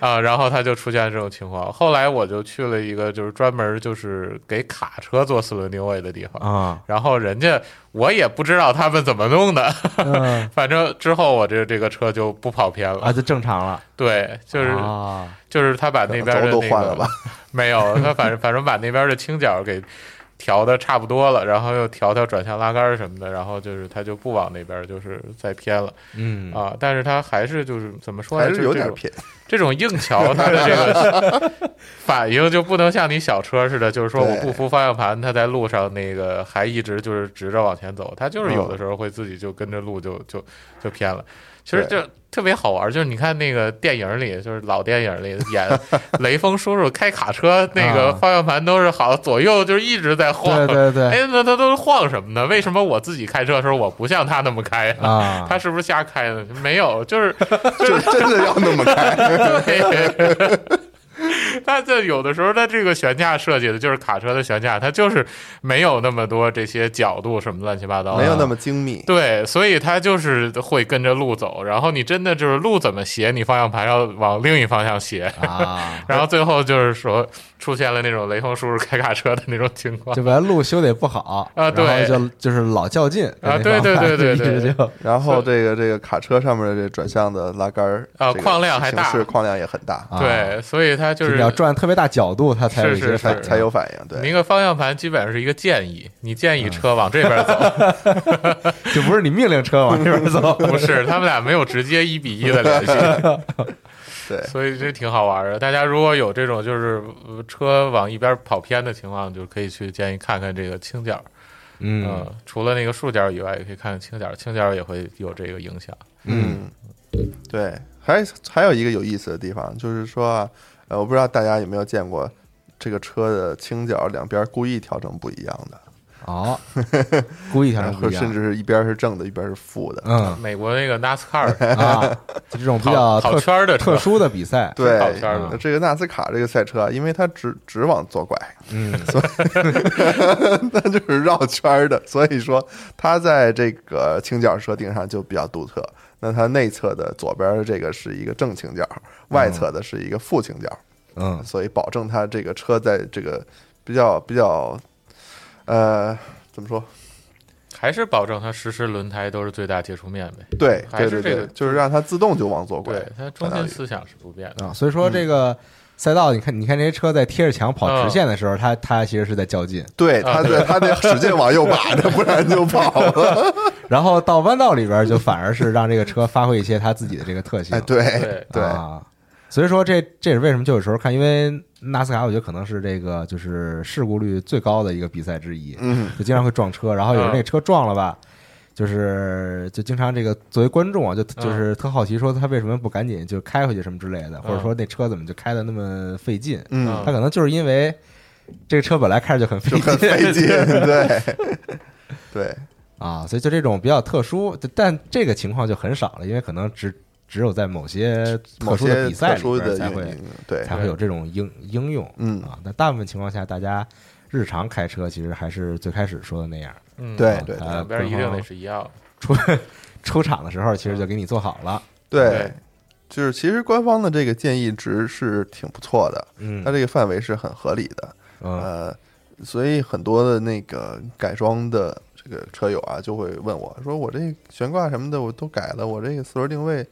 S5: 啊，然后它就出现这种情况。后来我就去了一个就是专门就是给卡车做四轮定位的地方，
S3: 啊，
S5: 然后人家我也不知道他们怎么弄的，
S3: 嗯
S5: 反正之后我这这个车就不跑偏
S3: 啊，
S5: 了。
S3: 就正常了，
S5: 对，就是
S3: 啊，
S5: 就是他把那边的
S4: 轴
S5: 那
S4: 都
S5: 个
S4: 换了吧？
S5: 没有，他反正反正把那边的倾角给调的差不多了，然后又调调转向拉杆儿什么的，然后就是他就不往那边，就是再偏了
S3: 嗯
S5: 啊。但是他还是就是怎么说呢，
S4: 还是有点
S5: 就是
S4: 偏。
S5: 这种这种硬桥，它的这个反应就不能像你小车似的，就是说我
S4: 对
S5: 不扶方向盘，它在路上那个还一直就是直着往前走，它
S3: 嗯
S5: 就是有的时候会自己就跟着路就就就偏了。其实
S4: 对
S5: 就特别好玩，就是你看那个电影里，就是老电影里演 雷锋叔叔开卡车，那个
S3: 啊
S5: 方向盘都是好左右就是一直在晃。
S3: 对对对
S5: 哎，那他都是晃什么呢？为什么我自己开车的时候我不像他那么开呀
S3: 啊，
S5: 他是不是瞎开的？没有，就是
S4: 就真的要那么开，
S5: 对， 它这有的时候它这个悬架设计的就是卡车的悬架，它就是没有那么多这些角度什么乱七八糟的，
S4: 没有那么精密。
S5: 啊对，所以它就是会跟着路走。然后你真的就是路怎么斜，你方向盘要往另一方向斜，
S3: 啊，
S5: 然后最后就是说出现了那种雷锋叔叔开卡车的那种情况
S3: 就。把路修的也不好
S5: 啊对
S3: 然后就就是老较劲
S5: 啊
S3: 跟那
S5: 对
S3: 方向盘
S5: 对对对
S3: 一直
S5: 对
S3: 就
S4: 然后这个这个卡车上面的这转向的拉杆儿
S5: 啊
S4: 这个
S5: 框量还大
S4: 形式框量也很大，
S3: 啊
S5: 对，所以它就
S3: 就是
S5: 是
S3: 要转特别大角度，它才有一
S5: 是
S3: 些
S5: 是
S3: 反
S4: 才
S3: 应
S4: 才有反应。
S5: 那
S4: 对，嗯
S5: 个方向盘基本上是一个建议，你建议车往这边走，
S3: 就不是你命令车往这边 走
S5: 不是他们俩没有直接一比一的联系。
S4: 对，
S5: 所以这挺好玩的。大家如果有这种就是呃车往一边跑偏的情况，就可以去建议看看这个倾角。
S3: 嗯
S5: 嗯，除了那个竖角以外，也可以看看倾角，倾角也会有这个影响。
S4: 嗯，对，还还有一个有意思的地方就是说啊，呃，我不知道大家有没有见过这个车的倾角两边故意调整不一样的，
S5: 嗯
S3: 哦，故意调
S4: 然
S3: 整不
S4: 后
S3: 一样
S4: 甚至是一边是正的，一边是负的。
S3: 啊嗯
S5: 美国那个 NASCAR
S3: 啊，就这种比较
S5: 跑跑
S3: 特
S5: 圈儿的车
S3: 特，嗯殊的比赛，
S4: 对
S5: 跑圈儿嗯的，
S4: 那这个纳斯卡这个赛车啊，因为它只只往左拐，
S3: 嗯
S4: 它就是绕圈儿的，所以说它在这个倾角设定上就比较独特。那它内侧的左边儿这个是一个正倾角，外
S5: 嗯
S4: 侧的是一个负倾角，
S3: 嗯
S4: 所以保证它这个车在这个比较比较，呃，怎么说？
S5: 还是保证它实时轮胎都是最大接触面呗。
S4: 对
S5: 还
S4: 对
S5: 是
S4: 对
S5: 这
S4: 对
S5: 个，
S4: 就是让它自动就往左拐
S5: 对，，它中心思想是不变的。
S3: 啊，所以说这个赛道，你看你看这些车在贴着墙跑直线的时
S5: 嗯
S3: 候，它它其实是在较劲，
S4: 对，它得它得使劲往右把着，不然就跑了。
S3: 然后 到弯道里边就反而是让这个车发挥一些它自己的这个特性
S4: 哎，，对
S5: 对
S4: 对，
S3: 啊，所以说这这也是为什么就有时候看，因为纳斯卡我觉得可能是这个就是事故率最高的一个比赛之一，
S4: 嗯，
S3: 就经常会撞车，然后有人
S5: 嗯
S3: 那车撞了吧。就是就经常这个作为观众啊，就
S5: 嗯
S3: 就是特好奇，说他为什么不赶紧就开回去什么之类的，或者
S5: 嗯
S3: 说那车怎么就开的那么费劲？
S4: 嗯，
S3: 他可能就是因为这个车本来开着就很费
S4: 就
S3: 劲，
S4: 很 费劲，对，对，
S3: 啊，所以就这种比较特殊，但这个情况就很少了，因为可能只只有在某些特
S4: 某
S3: 殊的
S4: 些
S3: 比赛
S4: 特
S3: 里
S4: 殊
S3: 边
S4: 的
S3: 才
S4: 原
S3: 会
S4: 因，对，
S3: 才会有这种应应用
S4: 嗯，
S3: 啊。但大部分情况下，大家日常开车其实还是最开始说的那样，
S5: 嗯，
S4: 对
S3: 啊它
S5: 两边一定
S3: 更好
S5: 得是一样的。
S3: 出出场的时候，其实就给你做好了，
S4: 对
S5: 对，
S4: 就是其实官方的这个建议值是挺不错的，
S3: 嗯
S4: 它这个范围是很合理的，
S3: 嗯
S4: 呃，所以很多的那个改装的这个车友啊，就会问我说，我这悬挂什么的我都改了，我这个四轮定位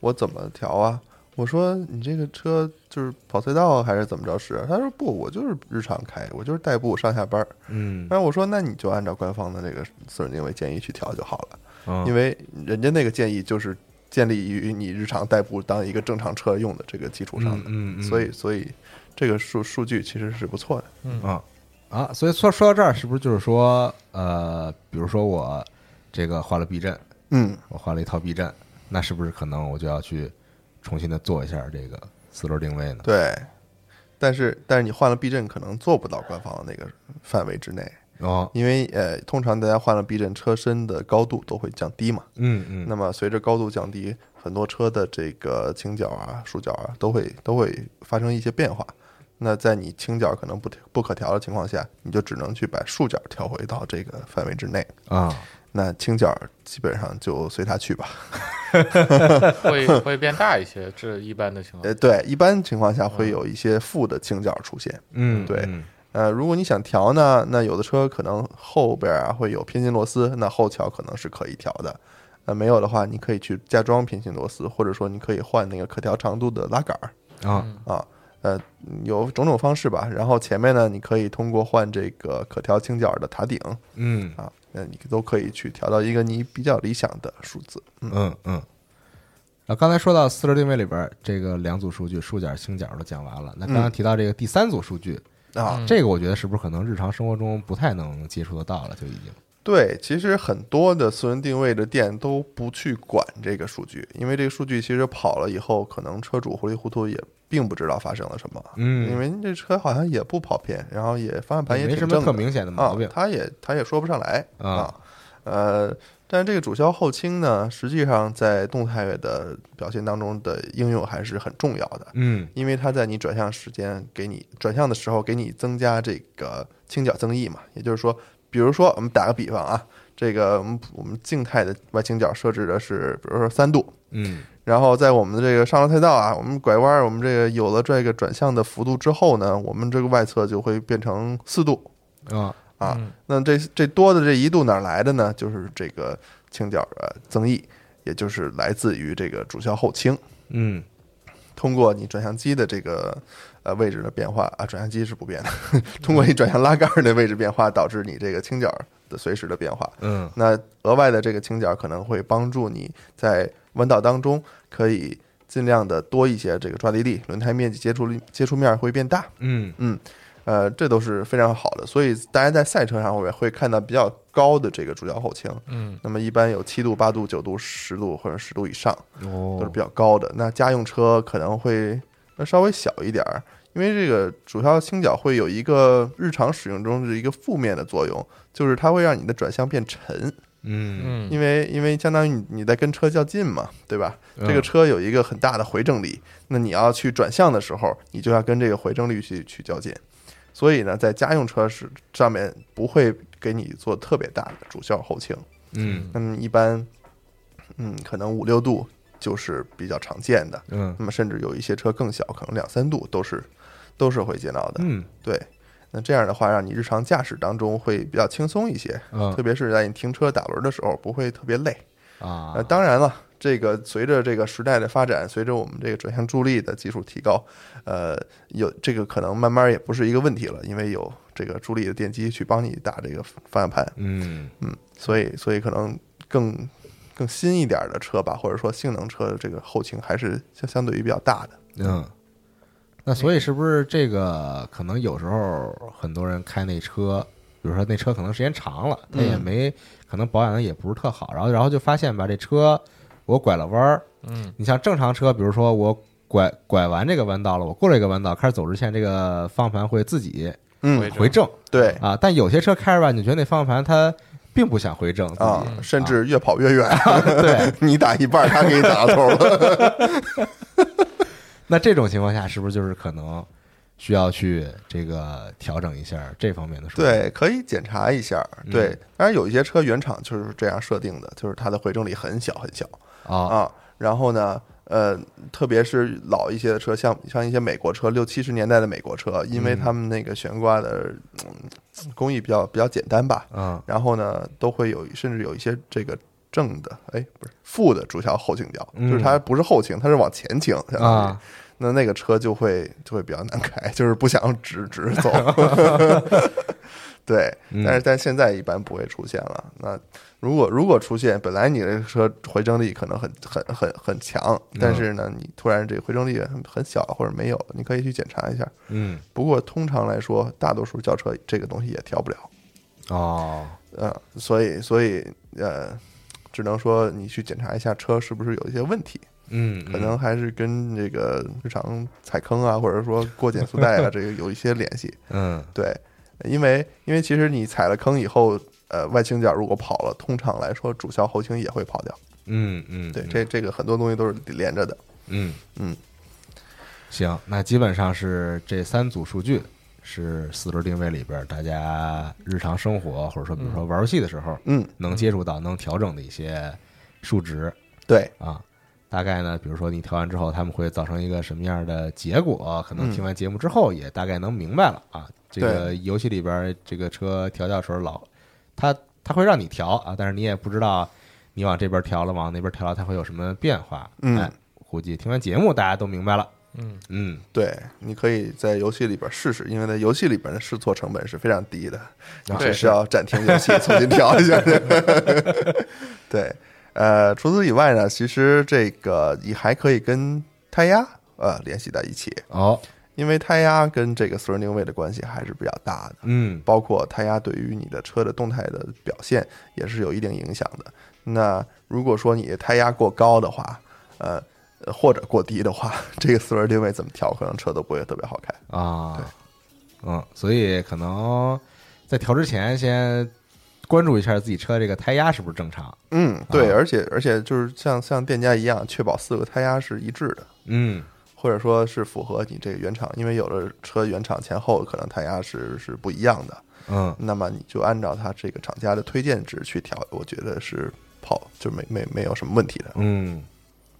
S4: 我怎么调啊？我说你这个车就是跑隧道还是怎么着使？他说不，我就是日常开，我就是代步上下班儿。
S3: 嗯
S4: 然后我说那你就按照官方的这个四轮定位建议去调就好了。
S3: 嗯，
S4: 因为人家那个建议就是建立于你日常代步当一个正常车用的这个基础上
S3: 嗯
S4: 的，
S3: 嗯，嗯
S4: 所以所以这个数数据其实是不错的。
S3: 啊啊，所以说说到这儿，是不是就是说呃，比如说我这个换了避震，
S4: 嗯，
S3: 我换了一套避震，那是不是可能我就要去重新的做一下这个四轮定位呢？
S4: 对。但是但是你换了避震，可能做不到官方的那个范围之内，
S3: 哦，
S4: 因为呃，通常大家换了避震，车身的高度都会降低嘛。
S3: 嗯嗯
S4: 那么随着高度降低，很多车的这个倾角啊、束角啊都会都会发生一些变化。那在你倾角可能不不可调的情况下，你就只能去把束角调回到这个范围之内。
S3: 啊，
S4: 那倾角基本上就随它去吧。
S5: 会会变大一些，这一般的情况
S4: 呃，。对，一般情况下会有一些负的倾角出现。
S3: 嗯
S4: 对
S3: 嗯
S4: 呃，如果你想调呢，那有的车可能后边啊会有偏心螺丝，那后桥可能是可以调的。那没有的话，你可以去加装偏心螺丝，或者说你可以换那个可调长度的拉杆儿。
S3: 啊，
S4: 啊，呃，有种种方式吧。然后前面呢，你可以通过换这个可调倾角的塔顶
S3: 嗯
S4: 啊，那你都可以去调到一个你比较理想的数字。嗯，
S3: 嗯嗯。啊，刚才说到四轮定位里边儿，这个两组数据，竖角、倾角都讲完了。那刚
S4: 嗯
S3: 刚提到这个第三组数据，
S5: 嗯
S4: 啊，
S3: 这个我觉得是不是可能日常生活中不太能接触得到了，就已经。
S4: 对，其实很多的私人定位的店都不去管这个数据，因为这个数据其实跑了以后，可能车主糊里糊涂也并不知道发生了什么。因
S3: 嗯，
S4: 为这车好像也不跑偏，然后也方向盘也
S3: 没
S4: 挺
S3: 什
S4: 正
S3: 么
S4: 的，
S3: 特明显的毛病
S4: 啊，。他也他也说不上来
S3: 啊
S4: 呃，但是这个主销后倾呢，实际上在动态的表现当中的应用还是很重要的，
S3: 嗯
S4: 因为它在你转向时间给你转向的时候给你增加这个倾角增益嘛，也就是说，比如说我们打个比方啊，这个我们我们静态的外倾角设置的是比如说三度，
S3: 嗯
S4: 然后在我们的这个上了赛道啊，我们拐弯儿，我们这个有了这个转向的幅度之后呢，我们这个外侧就会变成四度
S3: 啊
S4: 啊。
S5: 嗯
S4: 那这这多的这一度哪儿来的呢？就是这个倾角的增益，也就是来自于这个主销后倾，
S3: 嗯
S4: 通过你转向机的这个呃位置的变化啊，转向机是不变的，通过你转向拉杆儿的位置变化，导致你这个倾角的随时的变化。
S3: 嗯
S4: 那额外的这个倾角可能会帮助你在弯道当中可以尽量的多一些这个抓地力，轮胎面积接触力接触面会变大，
S3: 嗯
S4: 呃，这都是非常好的。所以大家在赛车上会会看到比较高的这个主角后倾，
S5: 嗯，
S4: 那么一般有七度、八度、九度、十度或者十度以上都是
S3: 哦
S4: 比较高的。那家用车可能会呃稍微小一点儿。因为这个主销倾角会有一个日常使用中的一个负面的作用，就是它会让你的转向变沉。
S3: 嗯
S5: 嗯，
S4: 因为因为相当于你你在跟车较劲嘛，对吧？
S3: 嗯
S4: 这个车有一个很大的回正力，那你要去转向的时候，你就要跟这个回正力去去较劲。所以呢，在家用车是上面不会给你做特别大的主销后倾，
S3: 嗯
S4: 那么一般，嗯，可能五六度就是比较常见的，
S3: 嗯
S4: 那么甚至有一些车更小，可能两三度都是都是会见到的。
S3: 嗯
S4: 对，那这样的话，让你日常驾驶当中会比较轻松一些，
S3: 嗯
S4: 特别是在你停车打轮的时候，不会特别累。
S3: 啊
S4: 呃，当然了，这个随着这个时代的发展，随着我们这个转向助力的技术提高，呃，有这个可能慢慢也不是一个问题了，因为有这个助力的电机去帮你打这个方向盘，
S3: 嗯
S4: 嗯，所以所以可能更更新一点的车吧，或者说性能车，这个后倾还是相相对于比较大的，
S3: 嗯，那所以是不是这个可能有时候很多人开那车，比如说那车可能时间长了，他
S4: 嗯
S3: 也没、可能保养的也不是特好，然后然后就发现吧，这车我拐了弯儿，
S5: 嗯，
S3: 你像正常车，比如说我拐拐完这个弯道了，我过了一个弯道，开始走直线，这个方向盘会自己
S4: 嗯，
S3: 回正
S4: 对
S3: 啊，但有些车开着吧，你觉得那方向盘它并不想回正自己，
S4: 啊，甚至越跑越远，
S3: 对，
S4: 你打一半，他给你打到头 了。
S3: 那这种情况下是不是就是可能需要去这个调整一下这方面的数据？
S4: 对，可以检查一下。
S3: 嗯
S4: 对，当然有一些车原厂就是这样设定的，就是它的回正力很小很小
S3: 啊，
S4: 啊。然后呢，呃，特别是老一些的车，像像一些美国车，六七十年代的美国车，因
S3: 嗯
S4: 为他们那个悬挂的、嗯、工艺比较比较简单吧，
S3: 嗯
S4: 然后呢，都会有甚至有一些这个正的，哎，不是负的主桥后倾角，
S3: 嗯
S4: 就是它不是后倾，它是往前倾，相当于
S3: 啊
S4: 那那个车就会就会比较难开，就是不想直直走。对，
S3: 嗯
S4: 但是但现在一般不会出现了。那如果如果出现，本来你的车回正力可能很很很很强，但是呢，你突然这回正力很很小或者没有，你可以去检查一下。
S3: 嗯
S4: 不过通常来说，大多数轿车这个东西也调不了。
S3: 哦，
S4: 呃，所以所以呃，只能说你去检查一下车是不是有一些问题，
S3: 嗯，
S4: 可能还是跟这个日常踩坑啊，或者说过减速带 啊，这个有一些联系。
S3: 嗯
S4: 对，因为因为其实你踩了坑以后，呃，外倾角如果跑了，通常来说主销后倾也会跑掉。
S3: 嗯嗯，
S4: 对，这这个很多东西都是连着的。
S3: 嗯
S4: 嗯，
S3: 行，那基本上是这三组数据是四轮定位里边大家日常生活或者说比如说玩游戏的时候
S4: 嗯，
S3: 能接触到能调整的一些数值
S4: 对，
S3: 啊。大概呢，比如说你调完之后，他们会造成一个什么样的结果？可能
S4: 嗯
S3: 听完节目之后，也大概能明白了啊。这个游戏里边，这个车调教时候老，它它会让你调啊，但是你也不知道你往这边调了，往那边调了，它会有什么变化。
S4: 嗯
S3: 哎，估计听完节目大家都明白了。
S5: 嗯
S3: 嗯，
S4: 对，你可以在游戏里边试试，因为在游戏里边的试错成本是非常低的，
S3: 啊
S4: 你只
S5: 对
S4: 需要暂停 游戏重新调一下。 对，呃，除此以外呢，其实这个你还可以跟胎压呃联系在一起，
S3: 哦，
S4: 因为胎压跟这个四轮定位的关系还是比较大的。
S3: 嗯
S4: 包括胎压对于你的车的动态的表现也是有一定影响的。那如果说你胎压过高的话，呃，呃或者过低的话，这个四轮定位怎么调，可能车都不会特别好开。
S3: 啊，嗯，所以可能在调之前先关注一下自己车这个胎压是不是正常。
S4: 嗯，对，
S3: 啊
S4: 而且而且就是像像店家一样，确保四个胎压是一致的，
S3: 嗯
S4: 或者说是符合你这个原厂，因为有的车原厂前后可能胎压是是不一样的，
S3: 嗯
S4: 那么你就按照它这个厂家的推荐值去调，我觉得是跑就没没没有什么问题的。
S3: 嗯，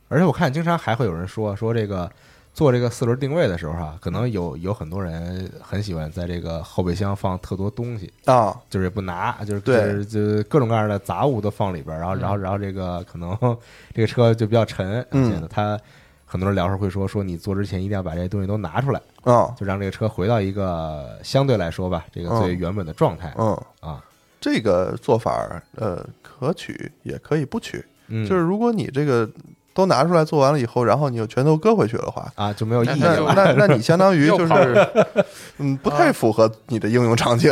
S3: 而且我看经常还会有人说说这个做这个四轮定位的时候啊，可能有有很多人很喜欢在这个后备箱放特多东西，
S4: 啊，
S3: 就是也不拿，就是
S4: 对
S3: 就是就是各种各样的杂物都放里边儿，然后然后然后这个可能 这个车就比较沉，而
S4: 嗯
S3: 且呢，他很多人聊时候会说说你坐之前一定要把这些东西都拿出来，
S4: 啊，
S3: 就让这个车回到一个相对来说吧，这个最原本的状态
S4: 嗯。
S3: 啊，
S4: 这个做法儿，呃，可取也可以不取。
S3: 嗯，
S4: 就是如果你这个都拿出来做完了以后，然后你又全都搁回去的话，
S3: 啊就没有意义
S4: 那
S5: 哎就
S3: 了，
S4: 那那 你相当于就
S5: 又跑
S4: 是，嗯，不太符合你的应用场 景。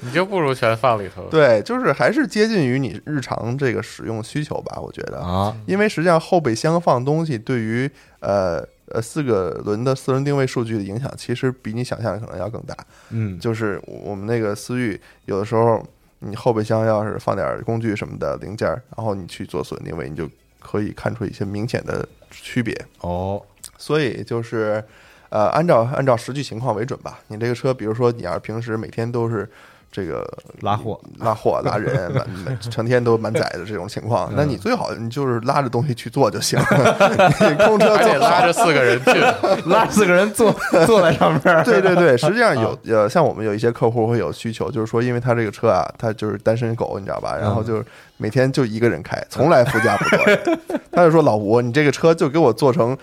S5: 你就不如全放里头。
S4: 对，就是还是接近于你日常这个使用需求吧，我觉得。
S3: 啊，
S4: 因为实际上后备箱放东西对于呃呃四个轮的四轮定位数据的影响，其实比你想象的可能要更大。
S3: 嗯，
S4: 就是我们那个思域，有的时候你后备箱要是放点儿工具什么的零件儿，然后你去做损定位，你就可以看出一些明显的区别。
S3: 哦，
S4: 所以就是，呃，按照按照实际情况为准吧。你这个车，比如说你要是平时每天都是这个
S3: 拉货
S4: 拉货、拉 人，满满成天都满载的这种情
S5: 嗯
S4: 况，那你最好你就是拉着东西去做就行。 你空车
S5: 还
S4: 坐
S5: 得拉着四个人去，
S3: 拉四个人坐坐在上面，
S4: 对对对，实际上有
S5: 嗯
S4: 呃，像我们有一些客户会有需求，就是说，因为他这个车啊，他就是单身狗，你知道吧？
S5: 嗯
S4: 然后就是每天就一个人开，从来副驾不坐 人。他就说：“老吴，你这个车就给我做成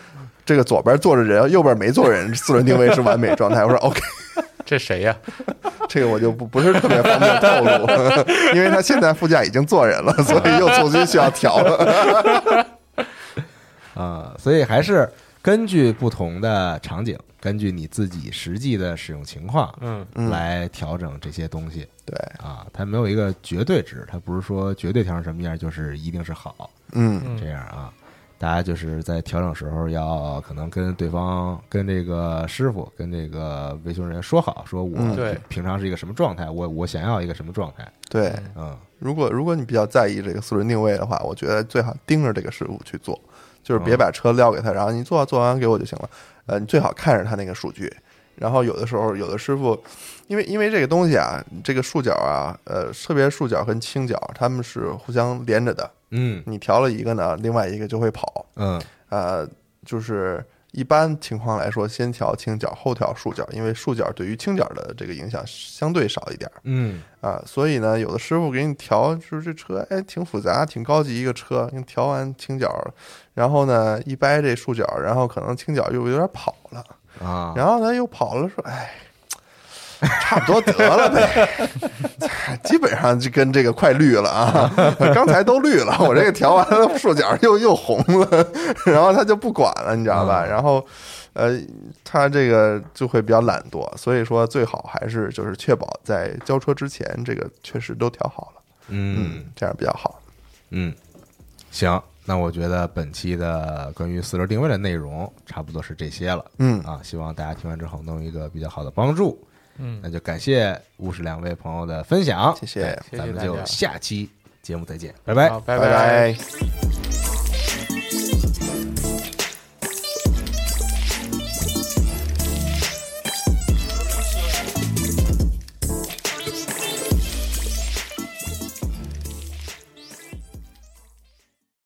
S4: 这个左边坐着人，右边没坐人，四轮定位是完美状态。”我说：“OK，
S5: 这谁呀？
S4: 这个我就不不是特别方便透露， 因为他 现在副驾已经坐人了，所以又重新需要调了。”
S3: 啊、所以还是根据不同的场景，根据你自己实际的使用情况
S5: 嗯，
S4: 嗯
S3: 来调整这些东西
S4: 对，
S3: 啊，它没有一个绝对值，它不是说绝对调成什么样就是一定是好
S4: 嗯
S3: 这样啊。大家就是在调整时候要可能跟对方、跟这个师傅、跟这个维修人员说好，说我
S4: 嗯
S5: 对
S3: 平常是一个什么状态，我我想要一个什么状态，
S4: 对。
S3: 嗯，
S4: 如果如果你比较在意这个四轮定位的话，我觉得最好盯着这个师傅去做，就是别把车撂给他，然后你做完做完给我就行了。呃，你最好看着他那个数据。然后有的时候，有的师傅，因为因为这个东西啊，这个束角啊，呃，特别束角跟倾角，他们是互相连着的。
S3: 嗯
S4: 你调了一个呢，另外一个就会跑。
S3: 嗯
S4: 呃，就是一般情况来说，先调倾角，后调束角，因为束角对于倾角的这个影响相对少一点。
S3: 嗯
S4: 啊，所以呢，有的师傅给你调，就是这车哎挺复杂，挺高级一个车，你调完倾角，然后呢一掰这束角，然后可能倾角又有点跑了，
S3: 啊，
S4: 然后呢又跑了，说哎， 差不多得了呗， 基本上就跟这个快绿了啊， 刚才都绿了，我这个调完了束角又又红了， 然后他就不管了，你知道吧？
S3: 嗯
S4: 然后。呃，他这个就会比较懒惰，所以说最好还是就是确保在交车之前，这个确实都调好了，
S3: 嗯，
S4: 这样比较好。
S3: 嗯，行，那我觉得本期的关于四轮定位的内容差不多是这些了。
S4: 嗯
S3: 啊，希望大家听完之后能有一个比较好的帮助。嗯，那就感谢务实两位朋友的分享，
S4: 谢谢
S3: 哎
S5: 谢谢
S3: 咱们
S5: 大
S3: 就
S5: 家
S4: 哎
S3: 下期节目再见，拜拜。
S5: 好，拜
S4: 拜。